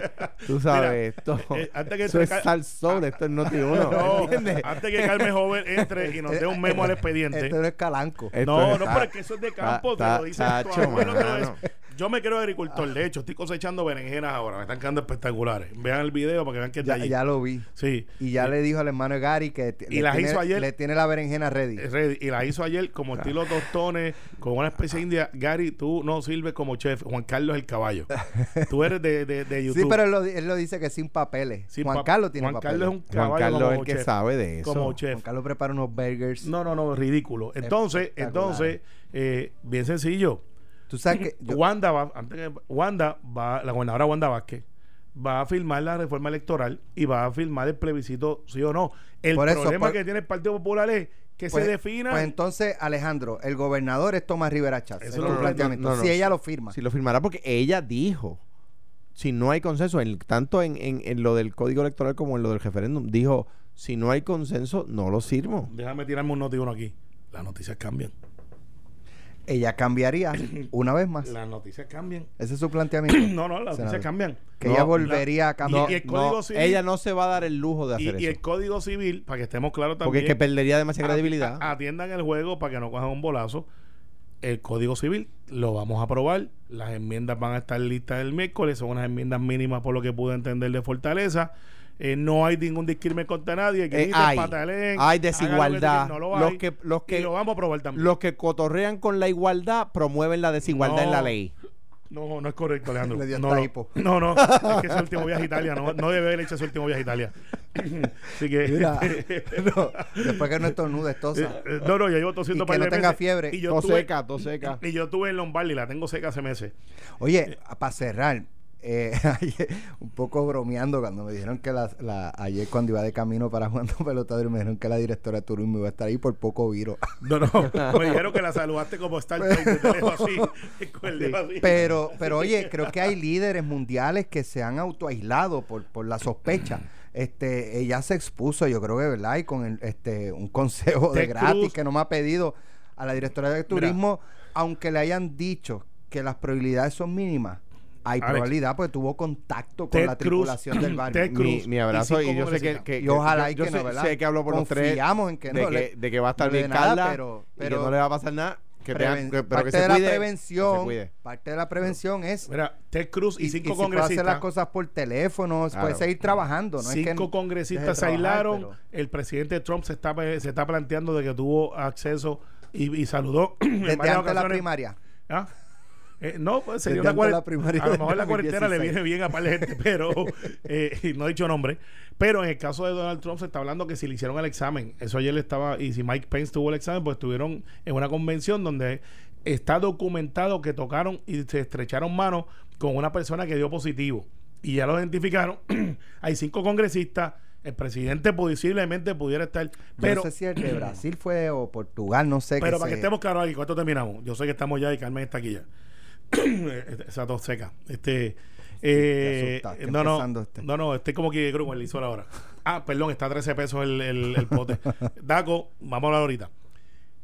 [SPEAKER 4] Tú sabes,
[SPEAKER 3] Mira,
[SPEAKER 4] esto,
[SPEAKER 3] eh, antes que
[SPEAKER 4] eso
[SPEAKER 3] entre
[SPEAKER 4] es
[SPEAKER 3] Car-
[SPEAKER 2] Soul, esto es Noti Uno.
[SPEAKER 3] [LAUGHS] No,
[SPEAKER 2] ¿entiendes?
[SPEAKER 3] antes que Carmen Joven entre y nos dé un memo al expediente.
[SPEAKER 2] Esto no es calanco.
[SPEAKER 4] Esto
[SPEAKER 3] no,
[SPEAKER 4] es-
[SPEAKER 3] no,
[SPEAKER 4] ta-
[SPEAKER 3] pero es que eso es de campo, te
[SPEAKER 4] ta-
[SPEAKER 3] lo dice
[SPEAKER 4] ta-
[SPEAKER 3] tu
[SPEAKER 4] tacho,
[SPEAKER 3] abuelo, te lo
[SPEAKER 4] mano.
[SPEAKER 3] dice. Yo me creo agricultor, de hecho, estoy cosechando berenjenas ahora, me están quedando espectaculares. Vean el video para que vean que está
[SPEAKER 2] Ya,
[SPEAKER 3] allí.
[SPEAKER 2] ya lo vi.
[SPEAKER 3] Sí.
[SPEAKER 2] Y ya le dijo al hermano de Gary que t-
[SPEAKER 3] Y
[SPEAKER 2] le,
[SPEAKER 3] las
[SPEAKER 2] tiene,
[SPEAKER 3] hizo ayer.
[SPEAKER 2] le tiene la berenjena ready.
[SPEAKER 3] Es eh, ready. Y la hizo ayer como estilo tostones, con una especie india. Gary, tú no sirves como chef. Juan Carlos el
[SPEAKER 2] [LAUGHS]
[SPEAKER 3] caballo. Tú eres de, de, de YouTube.
[SPEAKER 2] Sí, pero él lo, di- él lo dice que sin papeles.
[SPEAKER 3] Sin
[SPEAKER 2] Juan
[SPEAKER 3] pap-
[SPEAKER 2] Carlos tiene
[SPEAKER 3] Juan
[SPEAKER 2] papeles.
[SPEAKER 3] Carlos es un caballo
[SPEAKER 4] Juan Carlos
[SPEAKER 3] como
[SPEAKER 4] es el que
[SPEAKER 3] chef.
[SPEAKER 4] sabe de eso.
[SPEAKER 3] Como chef.
[SPEAKER 2] Juan Carlos prepara unos burgers.
[SPEAKER 3] No, no, no, ridículo. Entonces, entonces, eh, bien sencillo.
[SPEAKER 2] Tú sabes
[SPEAKER 3] [LAUGHS]
[SPEAKER 2] que yo-
[SPEAKER 3] Wanda va, antes que- Wanda va, la gobernadora Wanda Vázquez va a firmar la reforma electoral y va a firmar el plebiscito, sí o no. El
[SPEAKER 2] Por eso,
[SPEAKER 3] problema
[SPEAKER 2] por-
[SPEAKER 3] que tiene el Partido Popular es que
[SPEAKER 2] pues-
[SPEAKER 3] se defina.
[SPEAKER 2] Pues entonces, Alejandro, el gobernador es Tomás Rivera Chávez.
[SPEAKER 3] Eso
[SPEAKER 2] es
[SPEAKER 3] no,
[SPEAKER 2] tu
[SPEAKER 3] no,
[SPEAKER 2] planteamiento.
[SPEAKER 4] no, no,
[SPEAKER 2] si
[SPEAKER 4] no.
[SPEAKER 2] ella lo firma.
[SPEAKER 4] Si lo firmará, porque ella dijo, si no hay consenso, en- tanto en, en- en lo del código electoral como en lo del referéndum, dijo, si no hay consenso, no lo sirvo.
[SPEAKER 3] Déjame tirarme un notiuno aquí. Las noticias cambian.
[SPEAKER 2] Ella
[SPEAKER 3] [COUGHS]
[SPEAKER 2] cambiaría una vez más.
[SPEAKER 3] Las noticias cambian.
[SPEAKER 2] Ese es su planteamiento.
[SPEAKER 3] [CLEARS THROAT] [COUGHS] No, no, las
[SPEAKER 2] Senador.
[SPEAKER 3] noticias cambian.
[SPEAKER 2] Que
[SPEAKER 4] No,
[SPEAKER 2] ella
[SPEAKER 4] la-
[SPEAKER 2] volvería a cambiar.
[SPEAKER 3] Y el Código Civil-
[SPEAKER 4] Ella no se va a dar el lujo de
[SPEAKER 3] Y,
[SPEAKER 4] hacer
[SPEAKER 3] y el
[SPEAKER 4] eso.
[SPEAKER 3] Código Civil, para que estemos claros
[SPEAKER 4] Porque
[SPEAKER 3] también.
[SPEAKER 4] es que perdería demasiada credibilidad.
[SPEAKER 3] a- Atiendan el juego para que no cojan un bolazo. El Código Civil lo vamos a aprobar. Las enmiendas van a estar listas el miércoles. Son unas enmiendas mínimas por lo que pude entender de Fortaleza. Eh, no hay ningún discrimen contra nadie.
[SPEAKER 4] Eh,
[SPEAKER 3] griten,
[SPEAKER 4] hay,
[SPEAKER 3] pataleen, hagan
[SPEAKER 4] hay
[SPEAKER 3] lo que
[SPEAKER 4] desigualdad.
[SPEAKER 3] quieran, no lo
[SPEAKER 4] Los
[SPEAKER 3] hay.
[SPEAKER 4] que- los que-
[SPEAKER 3] y lo vamos a aprobar también.
[SPEAKER 4] Los que cotorrean con la igualdad promueven la desigualdad
[SPEAKER 3] No.
[SPEAKER 4] en la ley.
[SPEAKER 3] No, no es correcto,
[SPEAKER 2] [LAUGHS]
[SPEAKER 3] Alejandro.
[SPEAKER 2] Le dio
[SPEAKER 3] no,
[SPEAKER 2] hasta
[SPEAKER 3] lo-
[SPEAKER 2] hipo.
[SPEAKER 3] no, no, es que su último viaje a Italia. No, no debe haber hecho su último viaje a Italia. [LAUGHS] Así que. [LAUGHS]
[SPEAKER 2] Mira,
[SPEAKER 3] este,
[SPEAKER 2] no, después que no estornude, tosa.
[SPEAKER 3] eh, no, no, ya llevo tosiendo
[SPEAKER 2] Y que
[SPEAKER 3] par
[SPEAKER 2] no
[SPEAKER 3] de
[SPEAKER 2] tenga
[SPEAKER 3] meses.
[SPEAKER 2] fiebre.
[SPEAKER 3] Y yo
[SPEAKER 4] Todo
[SPEAKER 3] tuve-
[SPEAKER 4] seca, todo seca.
[SPEAKER 3] Y yo tuve en Lombardi, la tengo seca hace meses.
[SPEAKER 2] Oye, para cerrar, eh, [LAUGHS] ayer, un poco bromeando cuando me dijeron que la, la- ayer cuando iba de camino para jugando pelotadero me dijeron que la directora de turismo iba a estar ahí por poco viro. [LAUGHS]
[SPEAKER 3] No, no, [LAUGHS] me dijeron que la saludaste como Star Trek, de
[SPEAKER 2] [LAUGHS]
[SPEAKER 3] lejos así, [LAUGHS] con el dedo así.
[SPEAKER 2] Pero,
[SPEAKER 3] [LAUGHS]
[SPEAKER 2] pero oye, creo que hay líderes mundiales que se han autoaislado por, por la sospecha. Este, ella se expuso, yo creo que, ¿verdad? Y con el- este, un consejo de
[SPEAKER 3] Ted
[SPEAKER 2] gratis
[SPEAKER 3] Cruz.
[SPEAKER 2] que no me ha pedido a la directora de turismo, aunque le hayan dicho que las probabilidades son mínimas, hay
[SPEAKER 3] Alex,
[SPEAKER 2] probabilidad porque tuvo contacto con
[SPEAKER 3] Ted
[SPEAKER 2] la
[SPEAKER 3] Cruz,
[SPEAKER 2] tripulación del
[SPEAKER 3] [CLEARS THROAT]
[SPEAKER 2] barco.
[SPEAKER 3] Ted
[SPEAKER 4] Mi,
[SPEAKER 3] Cruz
[SPEAKER 4] mi abrazo
[SPEAKER 3] y
[SPEAKER 4] y,
[SPEAKER 3] cinco
[SPEAKER 4] yo sé que,
[SPEAKER 3] pobrecitas.
[SPEAKER 4] que-
[SPEAKER 2] Y ojalá
[SPEAKER 4] que-
[SPEAKER 2] y
[SPEAKER 4] yo
[SPEAKER 2] que
[SPEAKER 4] sé,
[SPEAKER 2] no, ¿verdad?
[SPEAKER 4] sé que hablo por los tres
[SPEAKER 2] Confiamos en que
[SPEAKER 4] de
[SPEAKER 2] no
[SPEAKER 4] que,
[SPEAKER 2] le-
[SPEAKER 4] de que va a estar
[SPEAKER 2] no le
[SPEAKER 4] bien
[SPEAKER 2] dé nada,
[SPEAKER 4] Carla
[SPEAKER 2] pero-
[SPEAKER 4] y
[SPEAKER 2] pero-
[SPEAKER 4] que no le va a pasar nada que,
[SPEAKER 2] Preven-
[SPEAKER 4] tengan- que- pero
[SPEAKER 2] parte
[SPEAKER 4] que se
[SPEAKER 2] de la
[SPEAKER 4] cuide, que se
[SPEAKER 2] prevención,
[SPEAKER 4] cuide.
[SPEAKER 2] parte de la prevención es
[SPEAKER 3] Mira, Ted Cruz y,
[SPEAKER 2] y-
[SPEAKER 3] cinco
[SPEAKER 2] y si puede
[SPEAKER 3] congresistas.
[SPEAKER 2] hacer las cosas por teléfono,
[SPEAKER 4] Claro.
[SPEAKER 2] puede seguir trabajando, no
[SPEAKER 3] cinco
[SPEAKER 2] es que
[SPEAKER 3] congresistas se
[SPEAKER 2] deje de trabajar,
[SPEAKER 3] aislaron.
[SPEAKER 2] pero-
[SPEAKER 3] El presidente Trump se está, se está planteando de que tuvo acceso y, y saludó. [CLEARS THROAT] en
[SPEAKER 2] desde
[SPEAKER 3] varias
[SPEAKER 2] antes de la
[SPEAKER 3] ocasiones.
[SPEAKER 2] primaria.
[SPEAKER 3] ¿Ah? Eh, no, pues sería
[SPEAKER 2] Desde
[SPEAKER 3] una
[SPEAKER 2] antes de
[SPEAKER 3] cuaren-
[SPEAKER 2] la primaria
[SPEAKER 3] A lo
[SPEAKER 2] del
[SPEAKER 3] mejor la cuarentena le
[SPEAKER 2] 2016.
[SPEAKER 3] viene bien a par de gente, pero eh, y no he dicho nombre. Pero en el caso de Donald Trump se está hablando que si le hicieron el examen, eso ayer le estaba, y si Mike Pence tuvo el examen, pues estuvieron en una convención donde está documentado que tocaron y se estrecharon manos con una persona que dio positivo. Y ya lo identificaron. [CLEARS THROAT] Hay cinco congresistas. El presidente posiblemente pudiera estar.
[SPEAKER 2] Pero,
[SPEAKER 3] Pero
[SPEAKER 2] no sé si el de Brasil fue o Portugal, no sé.
[SPEAKER 3] pero para
[SPEAKER 2] se-
[SPEAKER 3] que estemos claros aquí, con esto terminamos. Yo sé que estamos ya y Carmen está aquí ya. eh, Esa tos seca. Este, eh,
[SPEAKER 2] Te asustaste
[SPEAKER 3] no,
[SPEAKER 2] empezando
[SPEAKER 3] no,
[SPEAKER 2] este.
[SPEAKER 3] no, no, estoy como que Gruber le hizo la hora. Ah, perdón, está a 13 pesos el, el, el
[SPEAKER 2] [LAUGHS]
[SPEAKER 3] pote. Daco, vamos a hablar ahorita.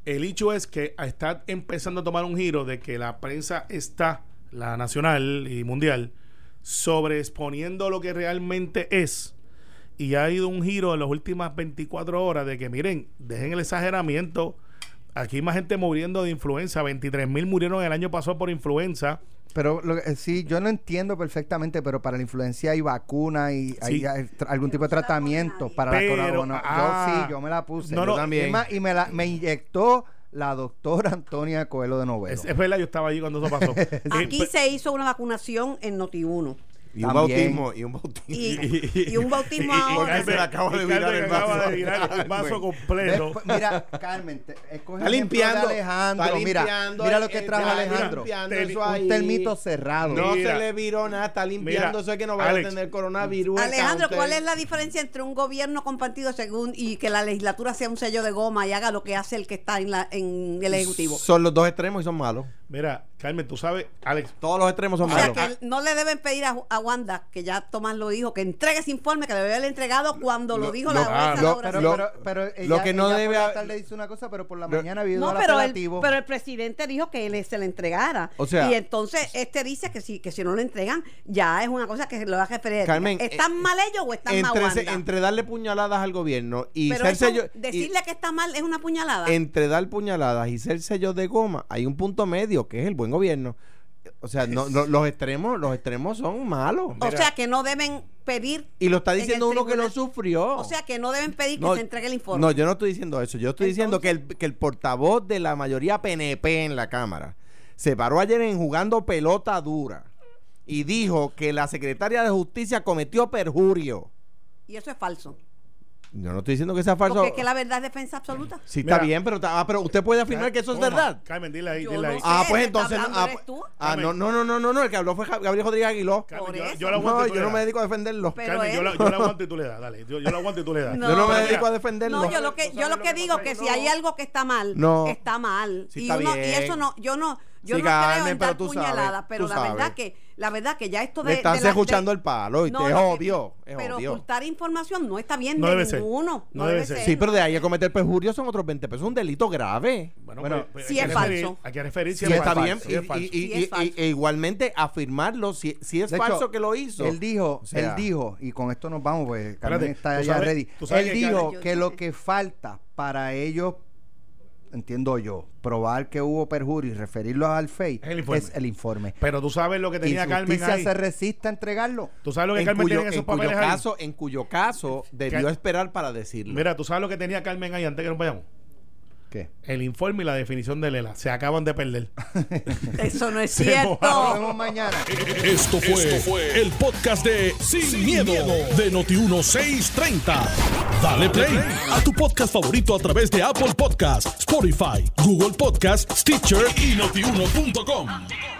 [SPEAKER 3] El hecho es que está empezando a tomar un giro de que la prensa está, la nacional y mundial, sobreexponiendo lo que realmente es y ha ido un giro en las últimas 24 horas de que miren, dejen el exageramiento. Aquí hay más gente muriendo de influenza. 23 mil murieron el año pasado por influenza.
[SPEAKER 2] Pero lo que- eh, sí, yo lo entiendo perfectamente, pero para la influencia hay vacuna y hay,
[SPEAKER 3] Sí.
[SPEAKER 2] hay tra- algún tipo de tratamiento para
[SPEAKER 3] Pero,
[SPEAKER 2] la corona.
[SPEAKER 3] ah,
[SPEAKER 2] yo sí, yo me la puse.
[SPEAKER 3] no,
[SPEAKER 2] Yo
[SPEAKER 3] no,
[SPEAKER 2] también. Es más, y me, la, me inyectó la doctora Antonia Coelho de Novelo.
[SPEAKER 3] Es, es verdad, yo estaba allí cuando eso pasó.
[SPEAKER 4] [LAUGHS]
[SPEAKER 10] Aquí se hizo una vacunación en Noti1.
[SPEAKER 4] Y un
[SPEAKER 2] También.
[SPEAKER 4] bautismo, y un bautismo. [LAUGHS]
[SPEAKER 10] Y, y un bautismo
[SPEAKER 3] Y- y- y
[SPEAKER 10] ahora.
[SPEAKER 3] Carmen-
[SPEAKER 4] se le acaba de
[SPEAKER 3] y
[SPEAKER 4] virar
[SPEAKER 3] Carmen
[SPEAKER 4] el
[SPEAKER 3] acaba
[SPEAKER 4] vaso.
[SPEAKER 3] de [LAUGHS] virar el vaso completo.
[SPEAKER 2] Después- mira, Carmen, te, escoge
[SPEAKER 4] Está
[SPEAKER 2] el ejemplo de
[SPEAKER 4] limpiando.
[SPEAKER 2] Alejandro.
[SPEAKER 4] está
[SPEAKER 2] mira,
[SPEAKER 4] limpiando
[SPEAKER 2] mira
[SPEAKER 4] el-
[SPEAKER 2] lo que
[SPEAKER 4] el-
[SPEAKER 2] trajo
[SPEAKER 4] está
[SPEAKER 2] Alejandro.
[SPEAKER 4] limpiando
[SPEAKER 3] Teni-
[SPEAKER 4] eso ahí.
[SPEAKER 2] Un termito cerrado.
[SPEAKER 4] No
[SPEAKER 3] Mira.
[SPEAKER 4] se le viró nada, está limpiando
[SPEAKER 3] Mira,
[SPEAKER 4] eso es que no vaya
[SPEAKER 3] Alex.
[SPEAKER 4] a tener coronavirus.
[SPEAKER 10] Alejandro,
[SPEAKER 4] acá,
[SPEAKER 10] ¿cuál
[SPEAKER 4] usted.
[SPEAKER 10] es la diferencia entre un gobierno compartido según y que la legislatura sea un sello de goma y haga lo que hace el que está en, la, en el Ejecutivo?
[SPEAKER 4] Son los dos extremos y son malos.
[SPEAKER 3] Mira, Carmen, tú sabes, Alex,
[SPEAKER 4] Todos los extremos son
[SPEAKER 10] O sea,
[SPEAKER 4] malos.
[SPEAKER 10] que no le deben pedir a, a Wanda, que ya Tomás lo dijo, que entregue ese informe, que le había entregado cuando lo, dijo la jueza
[SPEAKER 4] lo-
[SPEAKER 10] Laura
[SPEAKER 2] Pero,
[SPEAKER 4] lo-
[SPEAKER 2] pero, pero ella,
[SPEAKER 4] lo que no
[SPEAKER 2] ella
[SPEAKER 4] debe
[SPEAKER 2] por la
[SPEAKER 4] haber-
[SPEAKER 2] tarde dice una cosa, pero por la
[SPEAKER 4] Lo-
[SPEAKER 2] mañana había ido
[SPEAKER 10] No,
[SPEAKER 2] al
[SPEAKER 10] pero el,
[SPEAKER 2] apelativo.
[SPEAKER 10] pero el presidente dijo que él se le entregara.
[SPEAKER 4] O sea-
[SPEAKER 10] y entonces este dice que si, que si no lo entregan, ya es una cosa que se lo va a referir.
[SPEAKER 4] Carmen,
[SPEAKER 10] ¿Están
[SPEAKER 4] eh,
[SPEAKER 10] mal ellos o están mal
[SPEAKER 4] entre,
[SPEAKER 10] Wanda?
[SPEAKER 4] se- entre darle puñaladas al gobierno y
[SPEAKER 10] pero
[SPEAKER 4] ser
[SPEAKER 10] eso-
[SPEAKER 4] sello- y-
[SPEAKER 10] decirle que está mal es una puñalada.
[SPEAKER 4] entre dar puñaladas y ser sellos de goma, hay un punto medio que es el buen gobierno. O sea, no, no- los extremos, los extremos son malos.
[SPEAKER 10] o sea que no deben pedir.
[SPEAKER 4] y lo está
[SPEAKER 10] en el
[SPEAKER 4] diciendo uno que lo
[SPEAKER 10] tribunal-
[SPEAKER 4] sufrió.
[SPEAKER 10] O sea que no deben pedir que se entregue el informe.
[SPEAKER 4] No, yo no estoy diciendo eso. Yo estoy diciendo que el, que el portavoz de la mayoría PNP en la Cámara se paró ayer en jugando pelota dura y dijo que la secretaria de Justicia cometió perjurio.
[SPEAKER 10] Y eso es falso.
[SPEAKER 4] Yo no estoy diciendo que sea falso.
[SPEAKER 10] Porque es que la verdad es defensa absoluta.
[SPEAKER 4] Sí,
[SPEAKER 3] Mira.
[SPEAKER 4] está bien, pero, está- ah, pero usted puede afirmar que eso es
[SPEAKER 3] Toma,
[SPEAKER 4] verdad.
[SPEAKER 3] Carmen, dile ahí,
[SPEAKER 10] Yo
[SPEAKER 3] dile
[SPEAKER 10] no
[SPEAKER 3] ahí.
[SPEAKER 10] sé.
[SPEAKER 4] Ah, pues
[SPEAKER 10] el que está
[SPEAKER 4] entonces.
[SPEAKER 10] hablando
[SPEAKER 4] ah,
[SPEAKER 10] eres tú.
[SPEAKER 4] ah, no, no, no, no, no, no, el que habló fue Ja- Gabriel Rodríguez Aguiló.
[SPEAKER 3] Carmen,
[SPEAKER 10] Por
[SPEAKER 3] yo,
[SPEAKER 10] eso.
[SPEAKER 3] yo la aguanto
[SPEAKER 4] No,
[SPEAKER 3] y tú
[SPEAKER 4] yo
[SPEAKER 3] le
[SPEAKER 4] no me
[SPEAKER 3] das.
[SPEAKER 4] dedico a defenderlo.
[SPEAKER 10] Pero
[SPEAKER 3] Carmen, yo
[SPEAKER 10] él-
[SPEAKER 3] la, yo la aguanto y tú le das, dale. Yo, yo la aguanto y tú le das.
[SPEAKER 10] No.
[SPEAKER 4] yo no me
[SPEAKER 10] Mira.
[SPEAKER 4] dedico a defenderlo.
[SPEAKER 10] No, yo lo que yo lo que digo que si hay algo que está mal,
[SPEAKER 4] No.
[SPEAKER 10] está mal.
[SPEAKER 4] Sí,
[SPEAKER 10] y
[SPEAKER 4] está
[SPEAKER 10] uno- y
[SPEAKER 4] bien.
[SPEAKER 10] eso no yo no yo
[SPEAKER 4] Sí,
[SPEAKER 10] no creo
[SPEAKER 4] Carmen,
[SPEAKER 10] en
[SPEAKER 4] pero
[SPEAKER 10] dar
[SPEAKER 4] tú sabes,
[SPEAKER 10] puñaladas, pero
[SPEAKER 4] tú
[SPEAKER 10] la verdad
[SPEAKER 4] sabes.
[SPEAKER 10] que la verdad que ya esto de
[SPEAKER 4] Le están
[SPEAKER 10] de la-
[SPEAKER 4] escuchando
[SPEAKER 10] de-
[SPEAKER 4] el palo y te- es
[SPEAKER 10] lo que-
[SPEAKER 4] obvio, es
[SPEAKER 10] pero
[SPEAKER 4] obvio.
[SPEAKER 10] ocultar información no está bien
[SPEAKER 3] No
[SPEAKER 10] de
[SPEAKER 3] debe ser.
[SPEAKER 10] ninguno.
[SPEAKER 3] No debe ser.
[SPEAKER 4] Sí, pero de ahí a cometer perjurio son otros 20 pesos. Es un delito grave.
[SPEAKER 3] Bueno,
[SPEAKER 4] Bueno,
[SPEAKER 3] pues, pues,
[SPEAKER 10] si
[SPEAKER 3] hay
[SPEAKER 10] es
[SPEAKER 3] que referir-
[SPEAKER 10] falso.
[SPEAKER 3] Hay que referir si
[SPEAKER 4] sí
[SPEAKER 3] es
[SPEAKER 4] está
[SPEAKER 3] falso,
[SPEAKER 4] bien.
[SPEAKER 3] si
[SPEAKER 4] Y,
[SPEAKER 3] es falso.
[SPEAKER 4] y- y-
[SPEAKER 10] Sí es
[SPEAKER 4] y-
[SPEAKER 10] falso.
[SPEAKER 4] e igualmente afirmarlo si, si es
[SPEAKER 2] De hecho,
[SPEAKER 4] falso que lo hizo.
[SPEAKER 2] Él dijo,
[SPEAKER 4] O sea,
[SPEAKER 2] él dijo, y con esto nos vamos, pues Carmen
[SPEAKER 3] Espérate,
[SPEAKER 2] está
[SPEAKER 3] tú
[SPEAKER 2] ya
[SPEAKER 3] sabes-
[SPEAKER 2] ready.
[SPEAKER 3] tú sabes
[SPEAKER 2] él
[SPEAKER 3] que-
[SPEAKER 2] dijo
[SPEAKER 10] Yo-
[SPEAKER 2] que lo que falta para ellos, entiendo yo, probar que hubo perjurio y referirlo al FEI
[SPEAKER 3] Es el informe.
[SPEAKER 2] es el informe.
[SPEAKER 3] Pero tú sabes lo que tenía
[SPEAKER 2] y
[SPEAKER 3] Carmen
[SPEAKER 2] justicia
[SPEAKER 3] ahí.
[SPEAKER 2] se resiste a entregarlo.
[SPEAKER 3] Tú sabes lo que
[SPEAKER 4] en
[SPEAKER 3] Carmen
[SPEAKER 4] cuyo,
[SPEAKER 3] tiene en esos
[SPEAKER 4] en cuyo
[SPEAKER 3] papeles ahí.
[SPEAKER 4] caso, en cuyo caso debió esperar para decirlo.
[SPEAKER 3] Mira, tú sabes lo que tenía Carmen ahí antes que nos vayamos.
[SPEAKER 2] ¿Qué?
[SPEAKER 3] El informe y la definición de Lela se acaban de perder.
[SPEAKER 4] [LAUGHS]
[SPEAKER 10] Eso no es
[SPEAKER 3] Se
[SPEAKER 2] Nos
[SPEAKER 10] cierto.
[SPEAKER 2] vemos mañana.
[SPEAKER 1] Esto fue, el podcast de Sin, miedo, de Noti1630. Dale play a tu podcast favorito a través de Apple Podcasts, Spotify, Google Podcasts, Stitcher y notiuno.com.